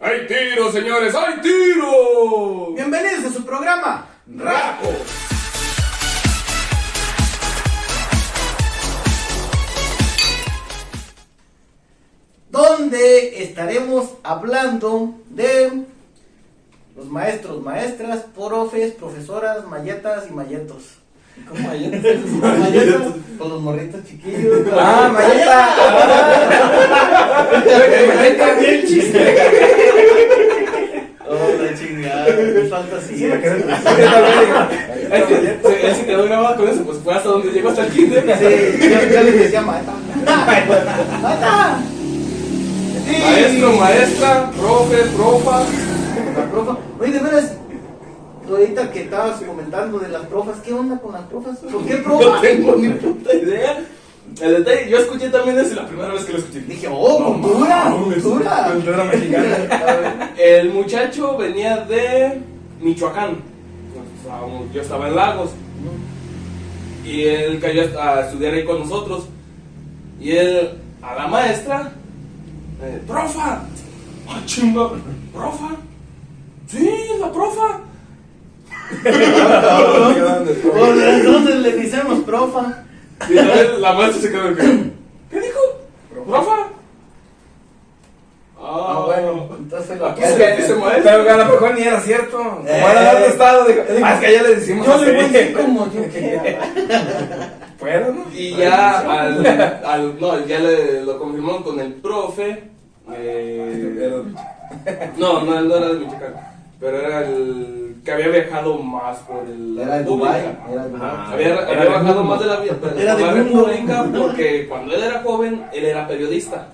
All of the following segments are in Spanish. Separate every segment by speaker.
Speaker 1: ¡Hay tiro, señores! ¡Hay tiro!
Speaker 2: Bienvenidos a su programa
Speaker 1: ¡Raco!
Speaker 2: donde estaremos hablando de los maestros, maestras, profes, profesoras, mayetas y mayetos. ¿Cómo mayetas? mayetas con los morritos chiquillos.
Speaker 3: Ah,
Speaker 2: mayeta. bien chiste. Oh, la chingada, me falta así.
Speaker 1: Él se- se- él se quedó grabado con eso, pues fue hasta donde llegó hasta el kinder.
Speaker 2: Sí, yo, yo les decía maeta. ¡Maeta! Sí.
Speaker 1: Maestro, maestra, profe, profa.
Speaker 2: La profa. Oye, de veras, ahorita que estabas comentando de las profas, ¿qué onda con las profas? ¿Por qué
Speaker 1: No
Speaker 2: profas?
Speaker 1: tengo ni puta idea. El detalle, yo escuché también desde la primera vez que lo escuché.
Speaker 2: Dije, oh, cultura,
Speaker 3: mames,
Speaker 2: cultura.
Speaker 3: cultura mexicana.
Speaker 2: A ver,
Speaker 1: El muchacho venía de Michoacán. Estábamos- Yo estaba en Lagos. Y él cayó hasta- a estudiar ahí con nosotros. Y él, a la maestra, eh, profa. Ah, chinga, profa. Sí, la profa.
Speaker 2: Por entonces le decimos profa.
Speaker 1: Y la, la maestra se quedó de que, ¿Qué dijo? Profa. Ah,
Speaker 2: Ah, bueno, entonces lo
Speaker 1: Aquí
Speaker 2: que
Speaker 1: se-
Speaker 2: hace-
Speaker 1: ese maestro.
Speaker 3: Pero a lo mejor ni era cierto. Como
Speaker 2: Eh.
Speaker 3: era de otro estado, digo, "Ah, es que allá le decimos
Speaker 2: Yo
Speaker 3: así".
Speaker 2: le voy a decir como yo quiera.
Speaker 3: Fuera, ¿no?
Speaker 1: Y ya al, al- no, ya le- lo confirmó con el profe. eh, no, no, él no era de Michoacán, pero era el que había viajado más por el
Speaker 2: Era de Dubái, era de Dubái.
Speaker 1: Ajá, había, había
Speaker 3: Era de
Speaker 1: viajado
Speaker 3: Mundo.
Speaker 1: más de la, vía- por
Speaker 2: Era de
Speaker 1: la
Speaker 2: Mundo.
Speaker 1: República porque cuando él era joven él era periodista.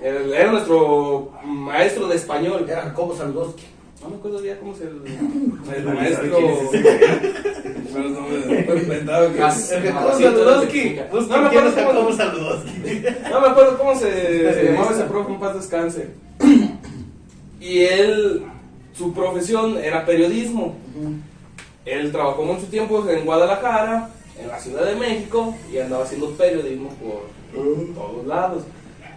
Speaker 1: Él era nuestro maestro de español.
Speaker 2: Era Jacobo Sandowski.
Speaker 1: No me acuerdo ya cómo se el
Speaker 3: Nadie sabe
Speaker 1: maestro.
Speaker 3: quién es Pero no me- no me inventaba que-
Speaker 1: Cas-
Speaker 2: El Jacobo
Speaker 1: Mamacito de
Speaker 2: Sandowski.
Speaker 1: Tepica.
Speaker 2: Busquen
Speaker 1: No me
Speaker 2: Pues, quién
Speaker 1: acuerdo
Speaker 2: es
Speaker 1: cómo-
Speaker 2: Jacobo Sandowski.
Speaker 1: No me acuerdo cómo se, se llamaba ese profe, un paz descanse. Y él, su profesión era periodismo. Él trabajó mucho tiempo en Guadalajara, en la Ciudad de México, y andaba haciendo periodismo por todos lados.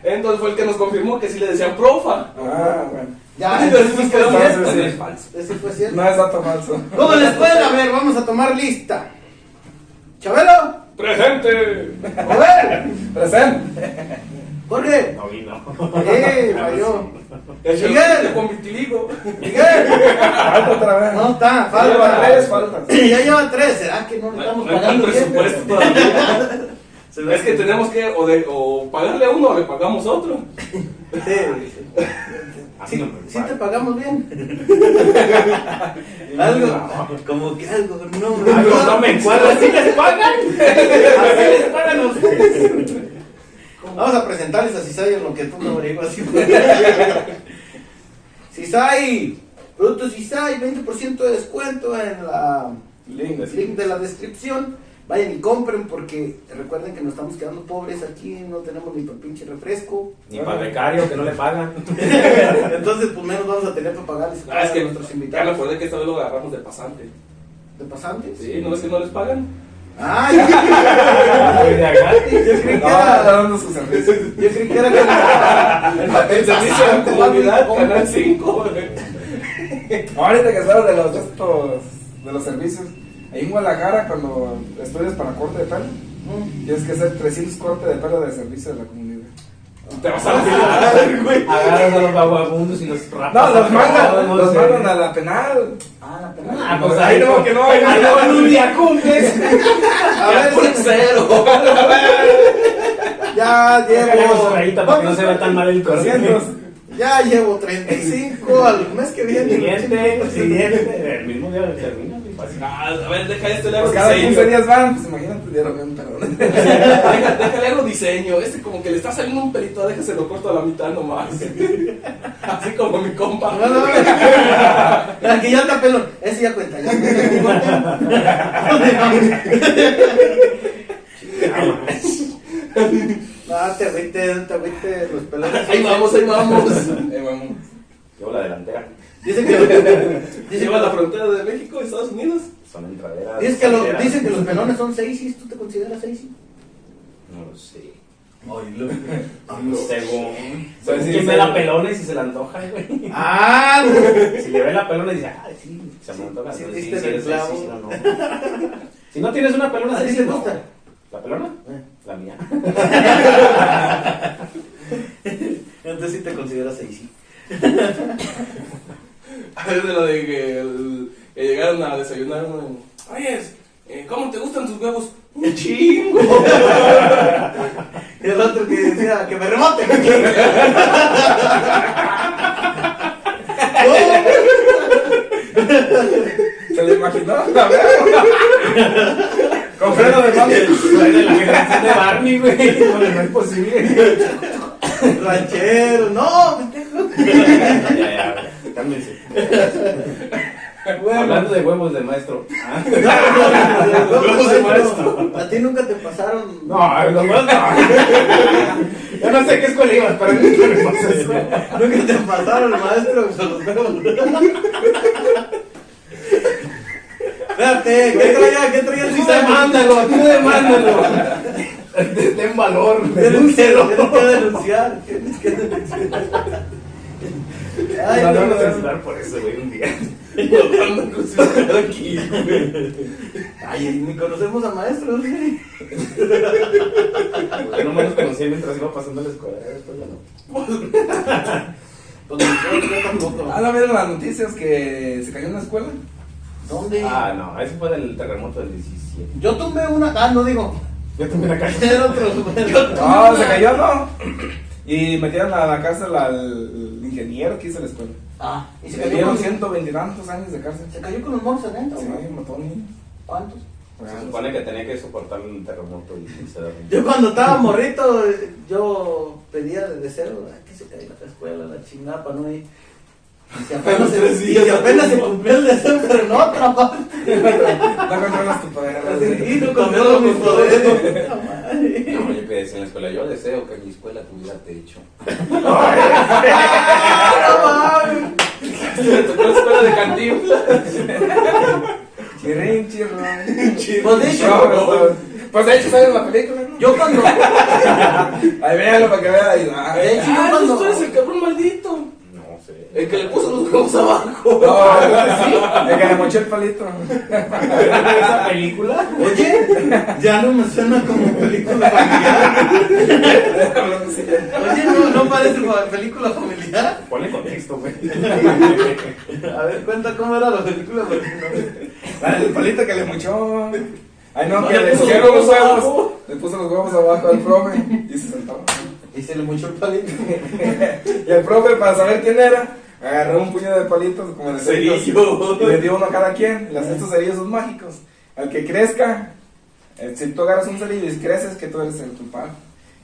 Speaker 1: Entonces fue el que nos confirmó que sí le decían profa.
Speaker 3: Ah, bueno.
Speaker 2: Ya,
Speaker 1: Entonces
Speaker 2: eso
Speaker 1: nos
Speaker 2: fue
Speaker 1: quedamos
Speaker 2: cierto.
Speaker 1: con
Speaker 3: sí.
Speaker 1: el falso.
Speaker 2: Eso fue cierto.
Speaker 3: No es dato falso.
Speaker 2: ¿Cómo les puede? A ver, vamos a tomar lista. Chabelo,
Speaker 1: ¡Presente!
Speaker 2: a ver,
Speaker 3: Presente.
Speaker 2: Jorge.
Speaker 4: No vino.
Speaker 2: Eh, falló.
Speaker 1: El
Speaker 2: Miguel.
Speaker 1: con vitiligo.
Speaker 2: Miguel.
Speaker 3: Falta otra vez.
Speaker 2: No está,
Speaker 3: Lleva tres
Speaker 2: falta.
Speaker 3: faltas.
Speaker 2: Ya lleva tres, ¿será que no le
Speaker 1: No
Speaker 2: estamos
Speaker 1: hay- no hay
Speaker 2: pagando bien?
Speaker 1: presupuesto todavía.
Speaker 4: Se ve
Speaker 1: Es que tenemos que o, de- o pagarle a uno o le pagamos a otro.
Speaker 4: A mí
Speaker 2: Ah, Sí,
Speaker 1: Ah,
Speaker 4: no me
Speaker 2: sí te
Speaker 4: pagan.
Speaker 2: pagamos bien. Algo, como que algo, no,
Speaker 1: Algo no me encuadra.
Speaker 2: ¿Así les pagan? ¿Así les pagan a ustedes? Vamos a presentarles a Cisay en lo que tú no averiguas. hijo. Cisay, producto Cisay, 20% de descuento en la
Speaker 3: Linda,
Speaker 2: el
Speaker 3: sí.
Speaker 2: link de la descripción. Vayan y compren porque recuerden que nos estamos quedando pobres aquí, no tenemos ni para pinche refresco.
Speaker 4: Ni para becario que no le pagan.
Speaker 2: Entonces, pues menos vamos a tener para pagarles
Speaker 1: Ah, es
Speaker 2: a
Speaker 1: que
Speaker 2: nuestros
Speaker 1: Ya me
Speaker 2: invitados.
Speaker 1: acordé que esta vez lo agarramos de pasante.
Speaker 2: ¿De pasantes?
Speaker 1: Sí, no es que no les pagan.
Speaker 2: Ah, yo,
Speaker 4: Soy de acá.
Speaker 2: yo creí que
Speaker 3: No, está
Speaker 2: era.
Speaker 3: dando su servicio.
Speaker 2: Yo creí que Ah, era. que-
Speaker 1: El servicio de la comunidad, Canal 5.
Speaker 3: Ahorita que hablas de los de estos- de los servicios, ahí en Guadalajara cuando estudias para corte de pelo,
Speaker 4: Mm.
Speaker 3: tienes que hacer 300 cortes de pelo de servicio de la comunidad.
Speaker 1: Te vas a olvidar, güey.
Speaker 4: Agarran a los vagabundos y los rapas.
Speaker 3: No, los
Speaker 4: Ah, pues, No,
Speaker 3: mandan,
Speaker 4: no
Speaker 3: los
Speaker 4: sé.
Speaker 3: mandan a la penal.
Speaker 2: Ah, la
Speaker 4: Ah,
Speaker 2: pena.
Speaker 4: pues ahí no, que no.
Speaker 3: ahí
Speaker 4: ahí no, en un día cumples.
Speaker 2: A
Speaker 1: Ya por
Speaker 2: ver, si-
Speaker 1: cero.
Speaker 2: ya
Speaker 4: Tenemos
Speaker 2: llevo.
Speaker 4: rayita para que no se vea tan mal el corriente.
Speaker 3: 200.
Speaker 2: Ya llevo 35 al mes que viene.
Speaker 4: Siguiente, siguiente. El mismo día termina. mi fácil.
Speaker 1: Ah, a ver, deja esto, le hago
Speaker 3: Pues cada 15
Speaker 1: diseño.
Speaker 3: días van, pues imagínate, ya lo ven, perdón.
Speaker 2: Eh,
Speaker 1: Deja, déjale hago diseño. Este como que le está saliendo un pelito, déjaselo corto a la mitad nomás. Así como mi compa.
Speaker 2: No, no, no. La que ya está pelón. Ese ya cuenta. Ya
Speaker 4: Ah,
Speaker 2: no, te agüites, no te agüites. Los pelones.
Speaker 1: Ahí vamos, ahí vamos.
Speaker 3: Eh, vamos.
Speaker 4: Llevo la delantera.
Speaker 2: Dicen que, dicen,
Speaker 1: Lleva la frontera de México y Estados Unidos.
Speaker 4: Son entraderas.
Speaker 2: dicen que, lo-
Speaker 4: delanteras.
Speaker 2: dicen que los pelones son seisis. ¿Tú te consideras seisis?
Speaker 4: No lo sé.
Speaker 5: Oílo.
Speaker 3: Oílo.
Speaker 5: Según.
Speaker 3: Soy
Speaker 5: Según ¿Quién
Speaker 3: sincero.
Speaker 5: ve la pelona y si se la antoja, güey?
Speaker 2: Ah,
Speaker 5: Si le ve la pelona y dice, ay, sí, se me antoja.
Speaker 2: sí,
Speaker 5: pero
Speaker 2: diste en el
Speaker 5: sí,
Speaker 2: clavo.
Speaker 5: sí, no, no. Si no tienes una pelona,
Speaker 2: ¿A
Speaker 5: sí
Speaker 2: ti te
Speaker 5: dices, no,
Speaker 2: gusta?
Speaker 5: güey. ¿La pelona?
Speaker 2: Eh.
Speaker 5: La mía.
Speaker 2: entonces sí te consideras ahí sí.
Speaker 1: A ver, de lo de que, el- que llegaron a desayunar, ¿no? Oye, eh, ¿cómo te gustan tus huevos? Un chingo.
Speaker 2: Y el otro que decía, que me remote. No,
Speaker 3: ¿Se lo imaginó? A ver. Con freno de mami.
Speaker 5: La de la generación de Barney, güey. No, no es posible.
Speaker 2: Ranchero, no, pendejo.
Speaker 5: Ya, ya, güey. Cálmense.
Speaker 2: Bueno,
Speaker 5: Hablando de huevos de maestro. Ah.
Speaker 2: no,
Speaker 5: de
Speaker 2: maestro. A ti nunca te pasaron.
Speaker 5: No, a ver, los huevos no. Yo no sé qué escuela ibas, pero nunca me pasó eso.
Speaker 2: Nunca te pasaron, maestro, con los huevos. Espérate, ¿qué traía? ¿Qué traía el
Speaker 5: Tú
Speaker 2: sistema?
Speaker 5: demándalo, tú demándalo. Ten valor, denúncialo.
Speaker 2: Denúncialo. Tienes que denunciar. Tienes que denunciar. Ay,
Speaker 5: No,
Speaker 2: no,
Speaker 5: no, no,
Speaker 2: no.
Speaker 5: celular por eso, güey, un día.
Speaker 2: Ay, ni conocemos a maestros, güey.
Speaker 5: Yo Ah, no me los conocía mientras iba pasando la escuela. Después ya no.
Speaker 2: Pues nosotros yo tampoco.
Speaker 3: ¿Han habido las noticias que se cayó una escuela?
Speaker 2: ¿Dónde?
Speaker 5: Ah, no, eso fue del terremoto del 17.
Speaker 2: Yo tumbé una. Ah, no digo. este
Speaker 5: Yo también acá.
Speaker 2: Era otro. Ah, Yo
Speaker 3: No, se cayó, no. Y metieron a la cárcel al ingeniero que hizo la escuela.
Speaker 2: Ah, y se
Speaker 3: Le
Speaker 2: cayó
Speaker 3: dieron
Speaker 2: con,
Speaker 3: 120 y tantos años de cárcel.
Speaker 2: se cayó con los morros adentro.
Speaker 3: Sí,
Speaker 2: güey.
Speaker 3: mató a un ¿eh? Pues, niño.
Speaker 2: ¿Cuántos? Pues,
Speaker 5: Se supone que tenía que soportar un terremoto y se derrumbó.
Speaker 2: Yo cuando estaba morrito, eh, yo pedía desde cero, "Ay, que se caiga la escuela, la chingada, para no ir. Y si apenas,
Speaker 1: Los tres
Speaker 2: se, y
Speaker 1: días,
Speaker 2: si apenas se cumplió el deseo, pero no otra parte.
Speaker 3: No controlas tu
Speaker 2: Y
Speaker 3: poder.
Speaker 2: no cambió mis poderes. Puta madre.
Speaker 5: No, yo que decía en la escuela, yo deseo que mi escuela tuviera techo.
Speaker 2: Ah, no mames.
Speaker 1: Me tocó la escuela de Cantinflas.
Speaker 3: Chirrin, chirrin.
Speaker 2: Pues de hecho,
Speaker 3: Pues de hecho, ¿sabes la película? no?
Speaker 2: yo cuando.
Speaker 3: Ahí véanlo para que vean.
Speaker 2: De
Speaker 3: Ahí.
Speaker 2: hecho, yo
Speaker 1: Ah, entonces tú
Speaker 2: cuando.
Speaker 1: eres el cabrón maldito.
Speaker 5: No sé.
Speaker 1: El que le puso los huevos abajo.
Speaker 3: No, el que le moché el palito.
Speaker 5: esa película?
Speaker 2: Oye, ya no me suena como película familiar. Oye, no, no parece fa- película familiar.
Speaker 5: Ponle contexto, güey.
Speaker 2: A ver, cuenta cómo era la película porque no.
Speaker 3: El palito que le mochó. Ay, no,
Speaker 1: No,
Speaker 3: que
Speaker 1: le
Speaker 3: le
Speaker 1: puso los
Speaker 3: pusieron los
Speaker 1: huevos
Speaker 3: huevos.
Speaker 1: abajo.
Speaker 3: Le puso los huevos abajo al profe y se sentó.
Speaker 2: Y se le mochó el palito.
Speaker 3: Y el profe, para saber quién era, agarró un puño de palitos como de cerillos.
Speaker 1: Cerillo.
Speaker 3: Y le dio uno a cada quien. Las, estos cerillos son mágicos. Al que crezca, eh, si tú agarras un cerillo y creces, que tú eres el culpable.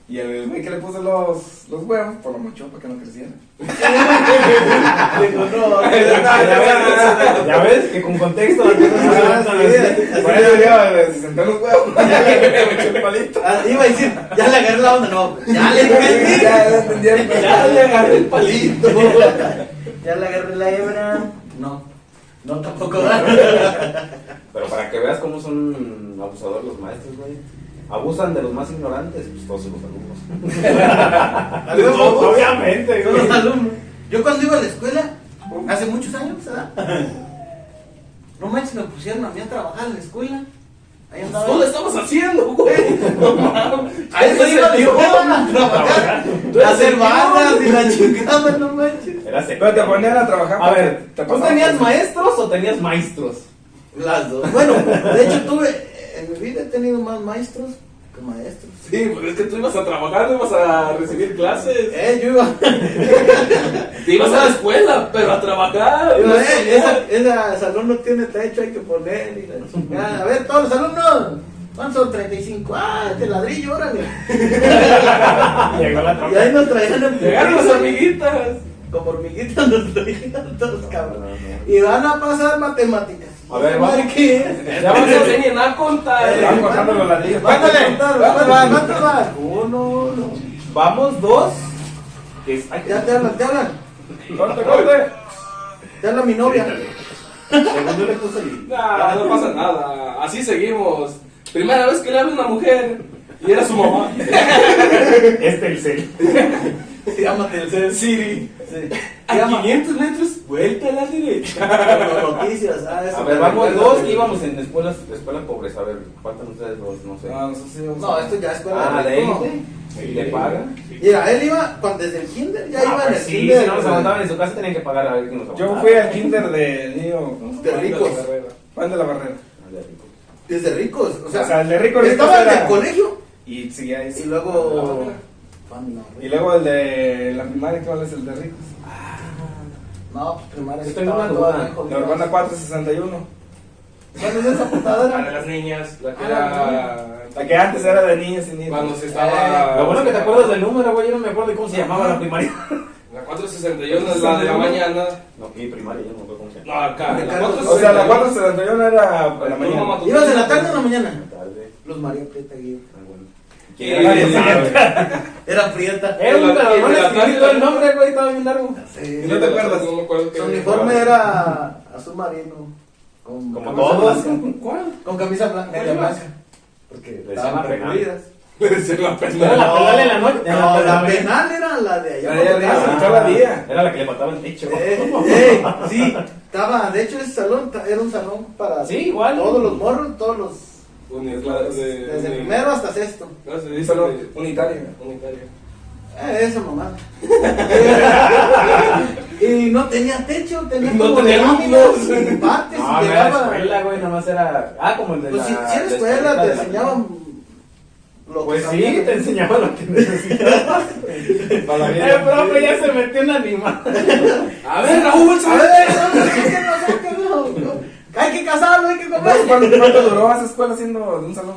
Speaker 3: Y el güey que le puso los, los huevos, por lo mochó para que no creciera.
Speaker 2: Dijo, no,
Speaker 5: Ya ves que con contexto. antes no se
Speaker 2: Ah,
Speaker 5: aceptan
Speaker 2: sí.
Speaker 5: las-
Speaker 3: Por eso yo se sentó los huevos. le mochó el palito.
Speaker 2: Ah, iba a decir, ya le agarré la onda, no. Ya le entendí.
Speaker 3: Ya, ya entendieron.
Speaker 1: Ya le agarré el palito.
Speaker 2: Ya le agarré la hebra. No. No tampoco. ¿verdad?
Speaker 5: Pero para que veas cómo son abusadores los maestros, güey. Abusan de los más ignorantes, pues todos los alumnos.
Speaker 2: Todos,
Speaker 5: obviamente,
Speaker 2: Todos los alumnos. Yo cuando iba a la escuela, hace muchos años, ¿verdad? No manches, me pusieron a mí a trabajar en la escuela. Ahí andaba.
Speaker 1: No lo estamos haciendo, güey. No mames.
Speaker 2: Ahí
Speaker 1: Ese
Speaker 2: se iba a la
Speaker 1: señor.
Speaker 2: escuela a trabajar.
Speaker 1: Tú eres
Speaker 2: A hacer
Speaker 1: el
Speaker 2: barras y la chingada, no manches.
Speaker 3: Pero
Speaker 5: Era
Speaker 3: te
Speaker 5: secundaria.
Speaker 3: ponían a trabajar.
Speaker 5: A ver,
Speaker 3: te
Speaker 5: ¿tú
Speaker 3: pasaban
Speaker 5: tenías
Speaker 3: cosas.
Speaker 5: maestros o tenías maestros?
Speaker 2: Las dos. Bueno, de hecho tuve, en mi vida he tenido más maestros que maestros.
Speaker 1: Sí, pues es que tú ibas a trabajar, no ibas a recibir clases.
Speaker 2: Eh, yo iba.
Speaker 1: Te ibas a la escuela, pero a trabajar.
Speaker 2: Pero, eh, esa, esa salón no tiene techo, hay que poner. y la chingada. A ver, todos los alumnos. ¿Cuántos son? 35. Ah, este ladrillo, órale.
Speaker 5: Ah, Llegó la
Speaker 2: Y ahí nos traían en
Speaker 1: Llegaron las
Speaker 2: putiza,
Speaker 1: amiguitas.
Speaker 2: Como hormiguitas nos traían todos, cabrón. Y van a pasar matemáticas.
Speaker 5: A ver, va.
Speaker 2: ¿Madre ¿Qué es?
Speaker 1: Ya no te enseñen a
Speaker 3: Estaban
Speaker 1: contar.
Speaker 3: cortando los ladrillos.
Speaker 2: Mándale. ¿Cuánto va? ¿Cuánto va? Uno, no.
Speaker 5: Vamos, dos. que es- ay,
Speaker 2: Ya te hablan, te hablan.
Speaker 3: Corte, corte.
Speaker 2: Te habla mi novia.
Speaker 5: Según yo le puse el.
Speaker 1: Nah, no pasa nada. Así seguimos. Primera vez que le habla una mujer. Y era su mamá.
Speaker 5: Este el cel.
Speaker 2: Se llama Telcel.
Speaker 1: Siri.
Speaker 2: Sí.
Speaker 1: A
Speaker 2: Se llama
Speaker 1: 500 metros, vuelta a la derecha.
Speaker 2: Noticias. Ah, eso
Speaker 5: A
Speaker 2: me
Speaker 5: ver, vamos
Speaker 2: recuerda
Speaker 5: dos
Speaker 2: de-
Speaker 5: que íbamos en escuelas, escuela pobreza. A ver, faltan ustedes dos, no sé.
Speaker 3: Ah, No, no sé si vamos
Speaker 2: No,
Speaker 3: a-
Speaker 2: esto ya es escuela
Speaker 5: Ah, de
Speaker 2: rico.
Speaker 5: élite. ¿Le pagan?
Speaker 2: Mira, él iba cuando- desde el kinder, ya
Speaker 5: Ah,
Speaker 2: iba en
Speaker 5: pues
Speaker 2: el
Speaker 5: sí,
Speaker 2: kinder.
Speaker 5: si no nos
Speaker 2: güey.
Speaker 5: aguantaban en su casa, tenían que pagar a ver quién nos
Speaker 3: Yo
Speaker 5: aguantaba.
Speaker 3: fui al kinder de niño. ¿cómo se
Speaker 2: De
Speaker 3: llama?
Speaker 2: ricos.
Speaker 3: la Barrera. Juan de la Barrera.
Speaker 5: Ah, de rico.
Speaker 2: Desde ricos. O
Speaker 3: O
Speaker 2: sea,
Speaker 3: sea, el de rico, rico
Speaker 2: estaba en
Speaker 3: era-
Speaker 2: el colegio
Speaker 3: Y sí, ahí
Speaker 2: y
Speaker 3: sí.
Speaker 2: luego.
Speaker 3: Y luego el de la primaria, ¿cuál es el de ricos?
Speaker 2: No, pues primaria.
Speaker 5: Yo
Speaker 2: sí
Speaker 5: tengo una
Speaker 2: estaban todas
Speaker 5: duda.
Speaker 2: bien
Speaker 3: La
Speaker 2: jodidas.
Speaker 3: urbana 461.
Speaker 2: ¿Cuál es esa
Speaker 1: La de
Speaker 2: putada?
Speaker 1: las niñas, la que
Speaker 2: Ah,
Speaker 1: era.
Speaker 3: La que antes era de niños y Eh, niños.
Speaker 1: Cuando se estaba.
Speaker 5: Lo bueno que te acuerdas del número, güey. Yo no me acuerdo de cómo se llamaba la primaria.
Speaker 1: La 461 es la de la mañana.
Speaker 5: No, mi primaria, yo no me acuerdo cómo se
Speaker 1: No,
Speaker 5: llamaba.
Speaker 1: acá.
Speaker 2: Me
Speaker 1: La
Speaker 2: cargo.
Speaker 1: 461.
Speaker 3: O sea, la 461 era por la
Speaker 1: Tu
Speaker 3: mañana.
Speaker 1: mamá, tu-
Speaker 2: ¿Ibas en la tarde o en la
Speaker 5: Ah.
Speaker 2: mañana?
Speaker 5: Tarde,
Speaker 2: Los María Prieta Guido.
Speaker 5: ah, bueno.
Speaker 1: ¿Quién era
Speaker 3: el
Speaker 5: sabe?
Speaker 2: Era Prieta.
Speaker 5: Eh, güey, pero no le escribí todo el nombre, güey. Estaba bien largo.
Speaker 2: Sí.
Speaker 3: ¿Y no te acuerdas?
Speaker 1: No me acuerdo qué
Speaker 2: Su
Speaker 1: era.
Speaker 2: uniforme era azul marino. Con
Speaker 5: Como
Speaker 2: camisa
Speaker 5: todos. Pues,
Speaker 2: blanca.
Speaker 5: ¿Cuál?
Speaker 2: Con camisa blanca.
Speaker 5: ¿Cuál ibas?
Speaker 2: blanca. Porque
Speaker 5: Le
Speaker 2: estaban
Speaker 5: decían la
Speaker 2: recluidas.
Speaker 1: Debe ser la pena.
Speaker 5: Era la penal en la noche.
Speaker 2: No, la
Speaker 5: mañana.
Speaker 2: penal era la de allá.
Speaker 3: La de
Speaker 2: por
Speaker 3: allá
Speaker 2: casa.
Speaker 3: arriba. Toda la vida.
Speaker 5: Era la que le faltaba el techo.
Speaker 2: Eh, eh, sí, estaba, de hecho ese salón ta- era un salón para
Speaker 5: Sí, igual.
Speaker 2: todos los morros, todos los
Speaker 1: Uni- la de-
Speaker 2: desde
Speaker 1: de-
Speaker 2: primero hasta sexto.
Speaker 1: No, se dice
Speaker 3: Solo
Speaker 1: de-
Speaker 3: unitaria.
Speaker 1: Unitaria.
Speaker 2: Eh, esa mamá. y no tenía techo, tenía
Speaker 1: No
Speaker 2: como
Speaker 1: tenía
Speaker 2: láminas
Speaker 1: luz.
Speaker 2: y bates
Speaker 5: No,
Speaker 2: y
Speaker 5: no era
Speaker 2: llegaba.
Speaker 5: escuela, güey, nada más era. Ah, como el de
Speaker 2: Pues
Speaker 5: la.
Speaker 2: si, si
Speaker 5: la
Speaker 2: era escuela te
Speaker 5: escuelita de la-
Speaker 2: enseñaban lo que
Speaker 5: Pues sí,
Speaker 2: sabían.
Speaker 5: te enseñaban lo que necesitabas. El
Speaker 3: Para la vida.
Speaker 5: profe ya se metió en animal.
Speaker 1: A ver, Raúl,
Speaker 2: A
Speaker 1: ¿sabes?
Speaker 2: ver, no, sáquenlo, sáquenlo. Hay que casarlo, hay que
Speaker 3: Entonces,
Speaker 2: comer.
Speaker 3: ¿Cuánto, cuánto duró esa escuela siendo de un salón?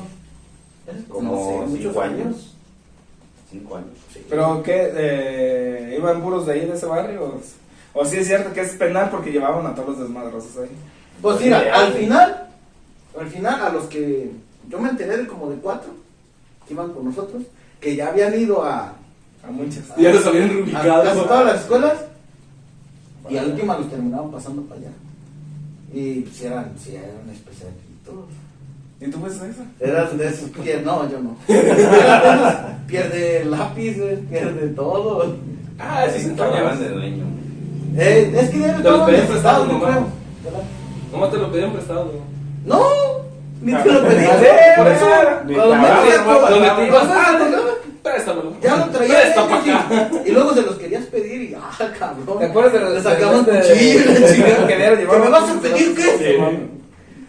Speaker 5: Como
Speaker 2: No sé, muchos
Speaker 5: cinco años. Cinco años.
Speaker 3: ¿Pero qué? Eh, ¿Iban puros de ahí, de ese barrio? ¿O, o sí es cierto que es penal porque llevaban a todos los desmadrosos ahí?
Speaker 2: Pues mira, al final, al final, a los que yo me enteré de como de cuatro que iban con nosotros, que ya habían ido a,
Speaker 3: A muchas.
Speaker 1: Ah, Ya los habían
Speaker 2: a
Speaker 1: rubricado.
Speaker 2: casi todas las escuelas y al última los terminaban pasando para allá. Y si eran, si eran especialitos.
Speaker 3: ¿Y tú fuiste esa?
Speaker 2: Eras de esos que no, yo no. Eras de esos, pierde lápices, pierde todo.
Speaker 1: Ah, sí, se
Speaker 5: Cambiaban
Speaker 1: entraban.
Speaker 5: de dueño.
Speaker 2: Eh, es que ya me
Speaker 1: Te los
Speaker 2: tomaban
Speaker 1: pedían
Speaker 2: prestado,
Speaker 1: prestado,
Speaker 2: yo
Speaker 1: mamá.
Speaker 2: creo.
Speaker 1: Nomás te lo pedían prestado.
Speaker 2: No, ni te lo pedí.
Speaker 3: Por eso.
Speaker 2: Cuando me
Speaker 1: Ah,
Speaker 2: fui a
Speaker 1: mamá,
Speaker 2: Cuba,
Speaker 1: ¿Dónde te ibas?
Speaker 2: ¿no?
Speaker 1: Ah, no, préstamelo.
Speaker 2: Ya lo
Speaker 3: Pues,
Speaker 2: traía
Speaker 1: Presta para
Speaker 2: ellos
Speaker 1: acá.
Speaker 2: y, y luego se los querías pedir y ah, cabrón.
Speaker 3: ¿Te acuerdas de los-
Speaker 2: Le sacaban
Speaker 3: de-
Speaker 2: cuchillo y la
Speaker 3: de-
Speaker 2: chingada.
Speaker 3: que le llevaban
Speaker 2: ¿Que me vas a
Speaker 3: los-
Speaker 2: pedir qué?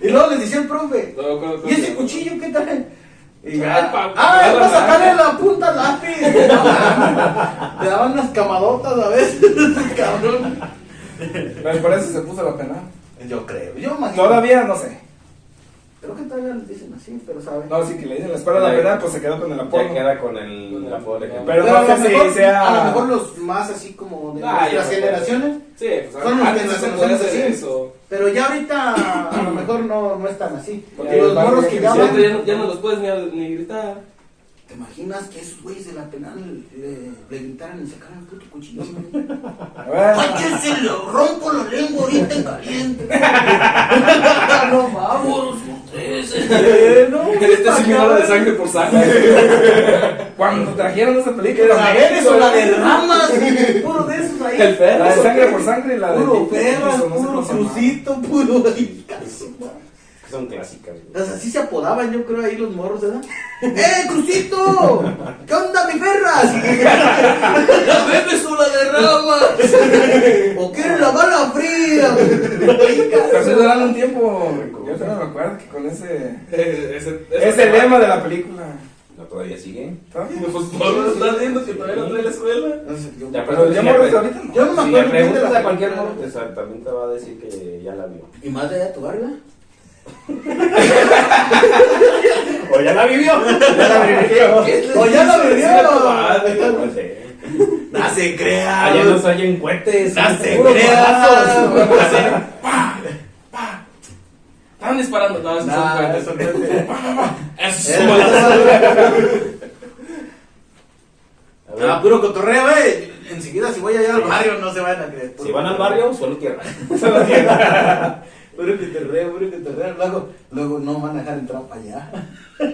Speaker 2: Y luego les decía el profe,
Speaker 1: No, no, no,
Speaker 2: ¿y ese
Speaker 1: no.
Speaker 2: cuchillo qué trae? Y
Speaker 1: Ah,
Speaker 2: ya,
Speaker 1: pa-
Speaker 2: ah, es
Speaker 1: pa-
Speaker 2: para sacarle la punta al lápiz. Te daban unas camadotas a veces, cabrón.
Speaker 3: Pero por eso se puso la penal.
Speaker 2: Yo creo, yo imagino.
Speaker 3: Todavía no sé.
Speaker 2: Creo que todavía les dicen así, pero saben.
Speaker 3: No, sí que le dicen la escuela la penal, pues se quedó con el apodo.
Speaker 5: Ya queda con el la pobre que-
Speaker 3: Pero
Speaker 2: a
Speaker 3: no
Speaker 2: lo
Speaker 3: sé si
Speaker 2: mejor-
Speaker 3: sea-
Speaker 2: A lo mejor los más así como de
Speaker 1: Ah, ya
Speaker 2: nuestras
Speaker 1: me acuerdo.
Speaker 2: generaciones.
Speaker 1: Sí, pues
Speaker 2: Son los
Speaker 1: antes
Speaker 2: que
Speaker 1: no se
Speaker 2: nacen
Speaker 1: podía
Speaker 2: así.
Speaker 1: hacer eso.
Speaker 2: Pero ya ahorita a lo mejor no, no están así.
Speaker 3: Porque
Speaker 2: Porque los
Speaker 3: ya
Speaker 2: morros
Speaker 3: van
Speaker 2: que ya
Speaker 1: Ya,
Speaker 2: van.
Speaker 1: ya no- ya no los puedes ni, al- ni gritar.
Speaker 2: ¿Te imaginas que esos güeyes de la penal le, le gritaran y sacaran el puto cuchillo? güey?
Speaker 3: Bueno,
Speaker 2: ¡Ay, que se lo rompo la lengua ahorita en caliente! ¡No vamos! eh! ¡No!
Speaker 1: Este sí me habla de sangre por sangre. Eh,
Speaker 3: cuando trajeron esa
Speaker 2: Que
Speaker 3: película,
Speaker 2: la
Speaker 3: México,
Speaker 2: eres o la derramas, puro de esos ahí.
Speaker 1: El perro.
Speaker 3: la de sangre por sangre y la de
Speaker 2: Puro
Speaker 3: Tito
Speaker 2: perras,
Speaker 3: Cruz, o no sé
Speaker 2: puro
Speaker 3: cómo se llamaba.
Speaker 2: crucito, puro.
Speaker 5: que son clásicas. güey.
Speaker 2: Pues así se apodaban, yo creo, ahí los morros, ¿verdad? ¡Eh, Crucito! ¿Qué onda, mi perras? ¡La bebes o la derramas! ¿O quieres la bala fría?
Speaker 3: Pero sí duraron un tiempo. Yo te lo recuerdo que con ese.
Speaker 1: Eh, Ese, ese,
Speaker 3: Ese lema de la película.
Speaker 5: No, todavía sigue.
Speaker 3: ¿Todavía?
Speaker 1: Pues por lo estás viendo que todavía lo trae la escuela.
Speaker 3: Pero
Speaker 5: Ya, pero
Speaker 3: ya
Speaker 5: si
Speaker 3: me
Speaker 5: le pre-
Speaker 3: ahorita no.
Speaker 2: Yo no me
Speaker 5: si
Speaker 2: acuerdo bien
Speaker 5: le
Speaker 2: de
Speaker 5: preguntas
Speaker 2: la
Speaker 5: a cualquier
Speaker 2: película.
Speaker 5: morro, exactamente te va a decir que ya la vio.
Speaker 2: ¿Y más de allá tu barba?
Speaker 5: O ya la vivió. Ah,
Speaker 3: Ya la vivió.
Speaker 2: ¡O ya la
Speaker 1: vivieron!
Speaker 5: No sé.
Speaker 2: ¡No se crea!
Speaker 5: Allá nos oyen cohetes.
Speaker 2: ¡No se
Speaker 5: Puro
Speaker 2: crea!
Speaker 5: palazo.
Speaker 1: Estaban disparando. No, esos son
Speaker 2: Nah,
Speaker 1: cohetes.
Speaker 2: eso no es-
Speaker 1: Esos son balazos.
Speaker 2: Ah,
Speaker 5: A ver,
Speaker 2: puro cotorreo, eh. Enseguida, si voy allá al barrio, no se vayan a creer.
Speaker 5: Si van al barrio, suelo tierra.
Speaker 2: Puro cotorreo, puro cotorreo. Luego, luego no van a dejar entrar para allá.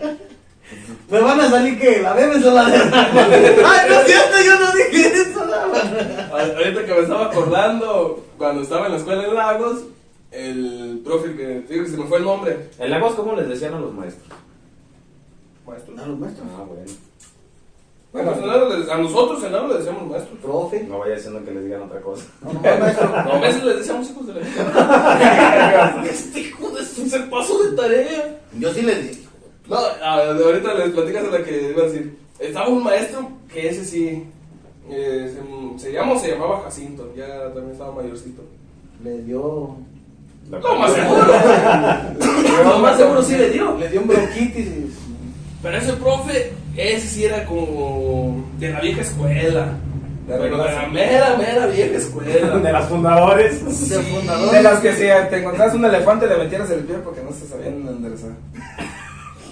Speaker 2: Me van a salir que la bebes o la derramas. Ay, no es cierto, yo no dije eso. la-
Speaker 1: A- Ah, Ahorita que me estaba acordando, cuando estaba en la escuela de Lagos, el profe que te digo que se me fue el nombre.
Speaker 4: En Lagos, ¿cómo les decían a los maestros?
Speaker 3: Maestro.
Speaker 2: No, los maestros.
Speaker 4: Ah, bueno.
Speaker 1: Bueno,
Speaker 3: Bueno.
Speaker 1: en Lagos les- a nosotros en Lagos le decíamos maestros.
Speaker 2: Profe.
Speaker 4: No vaya diciendo que les digan otra cosa.
Speaker 2: No, no, maestro.
Speaker 1: No, a veces les decíamos hijos de la Este hijo de su- se pasó de tarea.
Speaker 2: Yo sí les dije.
Speaker 1: No, a- ahorita les platicas a la que iba a decir. Estaba un maestro que ese sí. eh, se, se llamó, se llamaba Jacinto, ya también estaba mayorcito.
Speaker 2: Le dio.
Speaker 4: La
Speaker 1: No, más seguro. no, más seguro sí le dio.
Speaker 2: Le dio un bronquitis. y-
Speaker 1: Pero ese profe, ese sí era como de la vieja escuela.
Speaker 3: De
Speaker 1: Pero de
Speaker 3: verdad,
Speaker 1: la
Speaker 3: sí.
Speaker 1: mera, mera vieja
Speaker 5: De
Speaker 1: escuela.
Speaker 5: las fundadores.
Speaker 2: De fundador.
Speaker 3: De las que si te encontrabas un elefante le metías el pie porque no se sabían enderezar.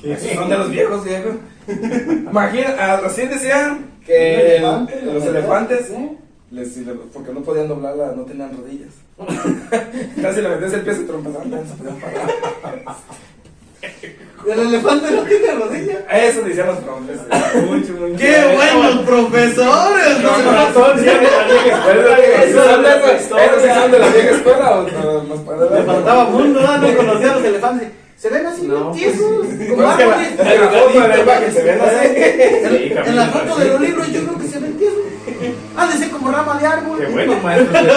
Speaker 3: Esos son de los viejos, viejo. Imagina, así decían
Speaker 2: Un
Speaker 3: que
Speaker 2: elefante,
Speaker 3: los
Speaker 2: ¿verdad?
Speaker 3: elefantes,
Speaker 2: Sí.
Speaker 3: les- si le- porque no podían doblarla, no tenían rodillas. Casi le metías el pie se trompazaban, ya no se podían parar.
Speaker 2: El elefante no tiene rodilla.
Speaker 3: Eso decían los profes. Mucho, mucho.
Speaker 2: ¡Qué buenos profesores!
Speaker 3: No,
Speaker 2: los
Speaker 3: no,
Speaker 2: maestros!
Speaker 5: Son siempre la vieja escuela.
Speaker 3: ¿Esos son
Speaker 1: Esa
Speaker 3: de-
Speaker 1: es la
Speaker 3: esos sí son de la vieja escuela o no, más para
Speaker 2: Le faltaba mundo, ¿no? No conocía a los elefantes. Se ven así
Speaker 4: No,
Speaker 2: bien tiesos,
Speaker 3: Pues
Speaker 2: como
Speaker 3: es que la,
Speaker 2: árboles.
Speaker 3: en la foto de la imagen se ven así.
Speaker 4: Sí,
Speaker 2: En, en la foto de los libros yo creo que se ven tiesos. Han de ser como rama de árbol.
Speaker 4: Qué bueno, maestro. que-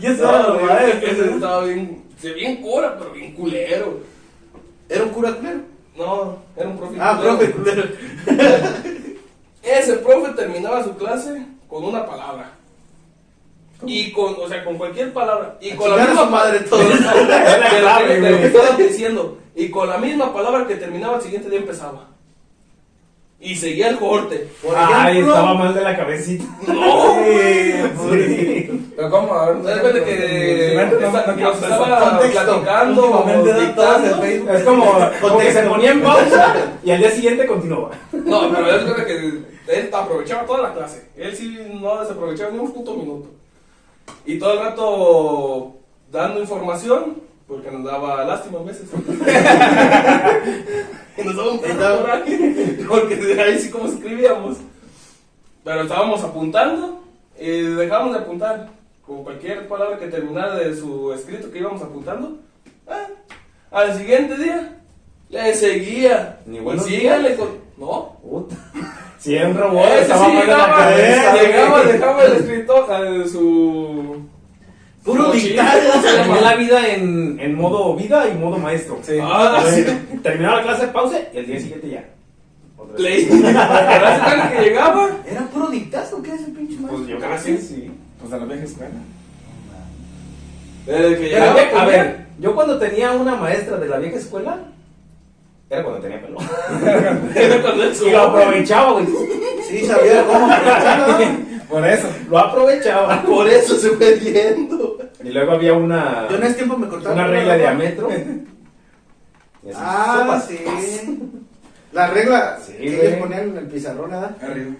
Speaker 2: Y eso
Speaker 1: No,
Speaker 2: era lo
Speaker 1: güey,
Speaker 2: malo.
Speaker 1: ese estaba bien, se bien cura, pero bien culero.
Speaker 2: Era un cura culero.
Speaker 1: No, era un profe.
Speaker 2: Ah,
Speaker 1: culero.
Speaker 2: profe culero.
Speaker 1: Ese profe terminaba su clase con una palabra. Y con, o sea, con cualquier palabra. Y con la
Speaker 2: Chingar a
Speaker 1: misma
Speaker 2: su madre todos.
Speaker 1: de lo que-
Speaker 5: clave,
Speaker 1: de lo que
Speaker 5: güey.
Speaker 1: estaban diciendo. Y con la misma palabra que terminaba el siguiente día empezaba. Y seguía el corte.
Speaker 2: Por
Speaker 5: Ay,
Speaker 2: ejemplo,
Speaker 5: estaba mal de la cabecita. Oh,
Speaker 1: ¡No!
Speaker 3: Pero cómo, a ver,
Speaker 1: ¿Te das cuenta que
Speaker 3: no, no,
Speaker 1: esta-
Speaker 3: no, no,
Speaker 1: nos
Speaker 3: no,
Speaker 1: estaba
Speaker 2: contexto.
Speaker 1: platicando,
Speaker 2: Últimamente da todas en
Speaker 1: dictando?
Speaker 2: Facebook.
Speaker 5: Es como, como que se
Speaker 2: Contexto.
Speaker 5: ponía en pausa y al día siguiente continuaba.
Speaker 1: No, pero él creo que él aprovechaba toda la clase. Él sí no desaprovechaba ni un puto minuto. Y todo el rato dando información, porque nos daba lástima a veces. Y nos daba un puto coraje, porque de ahí sí como escribíamos. Pero estábamos apuntando y dejábamos de apuntar. Con cualquier palabra que terminara de su escrito que íbamos apuntando, ah, al siguiente día le seguía.
Speaker 4: Ni
Speaker 1: Y
Speaker 4: buenos
Speaker 1: síganle
Speaker 4: días.
Speaker 1: con. No,
Speaker 4: Puta.
Speaker 5: Si era un robot,
Speaker 1: Ese
Speaker 5: estaba
Speaker 1: sí
Speaker 5: mal de la
Speaker 1: llegaba,
Speaker 5: cabeza.
Speaker 1: llegaba, dejaba el escritor, eh, su...
Speaker 2: Puro
Speaker 1: su
Speaker 2: dictado.
Speaker 1: mochila, su
Speaker 5: Terminó la
Speaker 1: mala-
Speaker 5: vida en, en modo vida y modo maestro.
Speaker 3: Sí.
Speaker 1: Ah, sí.
Speaker 5: Terminaba la clase, pausa y al día siguiente ya. Otra vez.
Speaker 1: Leí. Pero hace tanto que llegaba.
Speaker 2: ¿Era puro dictazo? ¿Qué es el pinche maestro?
Speaker 5: Pues yo creo que
Speaker 1: Casi.
Speaker 5: sí.
Speaker 3: Pues de la vieja escuela.
Speaker 1: Desde que
Speaker 5: Pero,
Speaker 1: llegaba,
Speaker 5: a ver, yo cuando tenía una maestra de la vieja escuela, era cuando tenía pelo.
Speaker 1: Era cuando él
Speaker 5: Y lo
Speaker 1: subió.
Speaker 5: aprovechaba, güey.
Speaker 2: Sí, sabía cómo aprovecharlo.
Speaker 3: Por eso.
Speaker 5: Lo aprovechaba.
Speaker 2: Por eso se fue viendo.
Speaker 5: Y luego había una,
Speaker 2: Yo en ese tiempo me cortaba.
Speaker 5: una
Speaker 2: la
Speaker 5: regla de
Speaker 2: barba.
Speaker 5: ametro. Y así,
Speaker 2: Ah,
Speaker 5: sopas.
Speaker 2: sí. La regla
Speaker 5: Sí,
Speaker 2: que
Speaker 5: güey.
Speaker 2: ellos ponían en el pizarrón, ¿verdad?
Speaker 3: Arriba.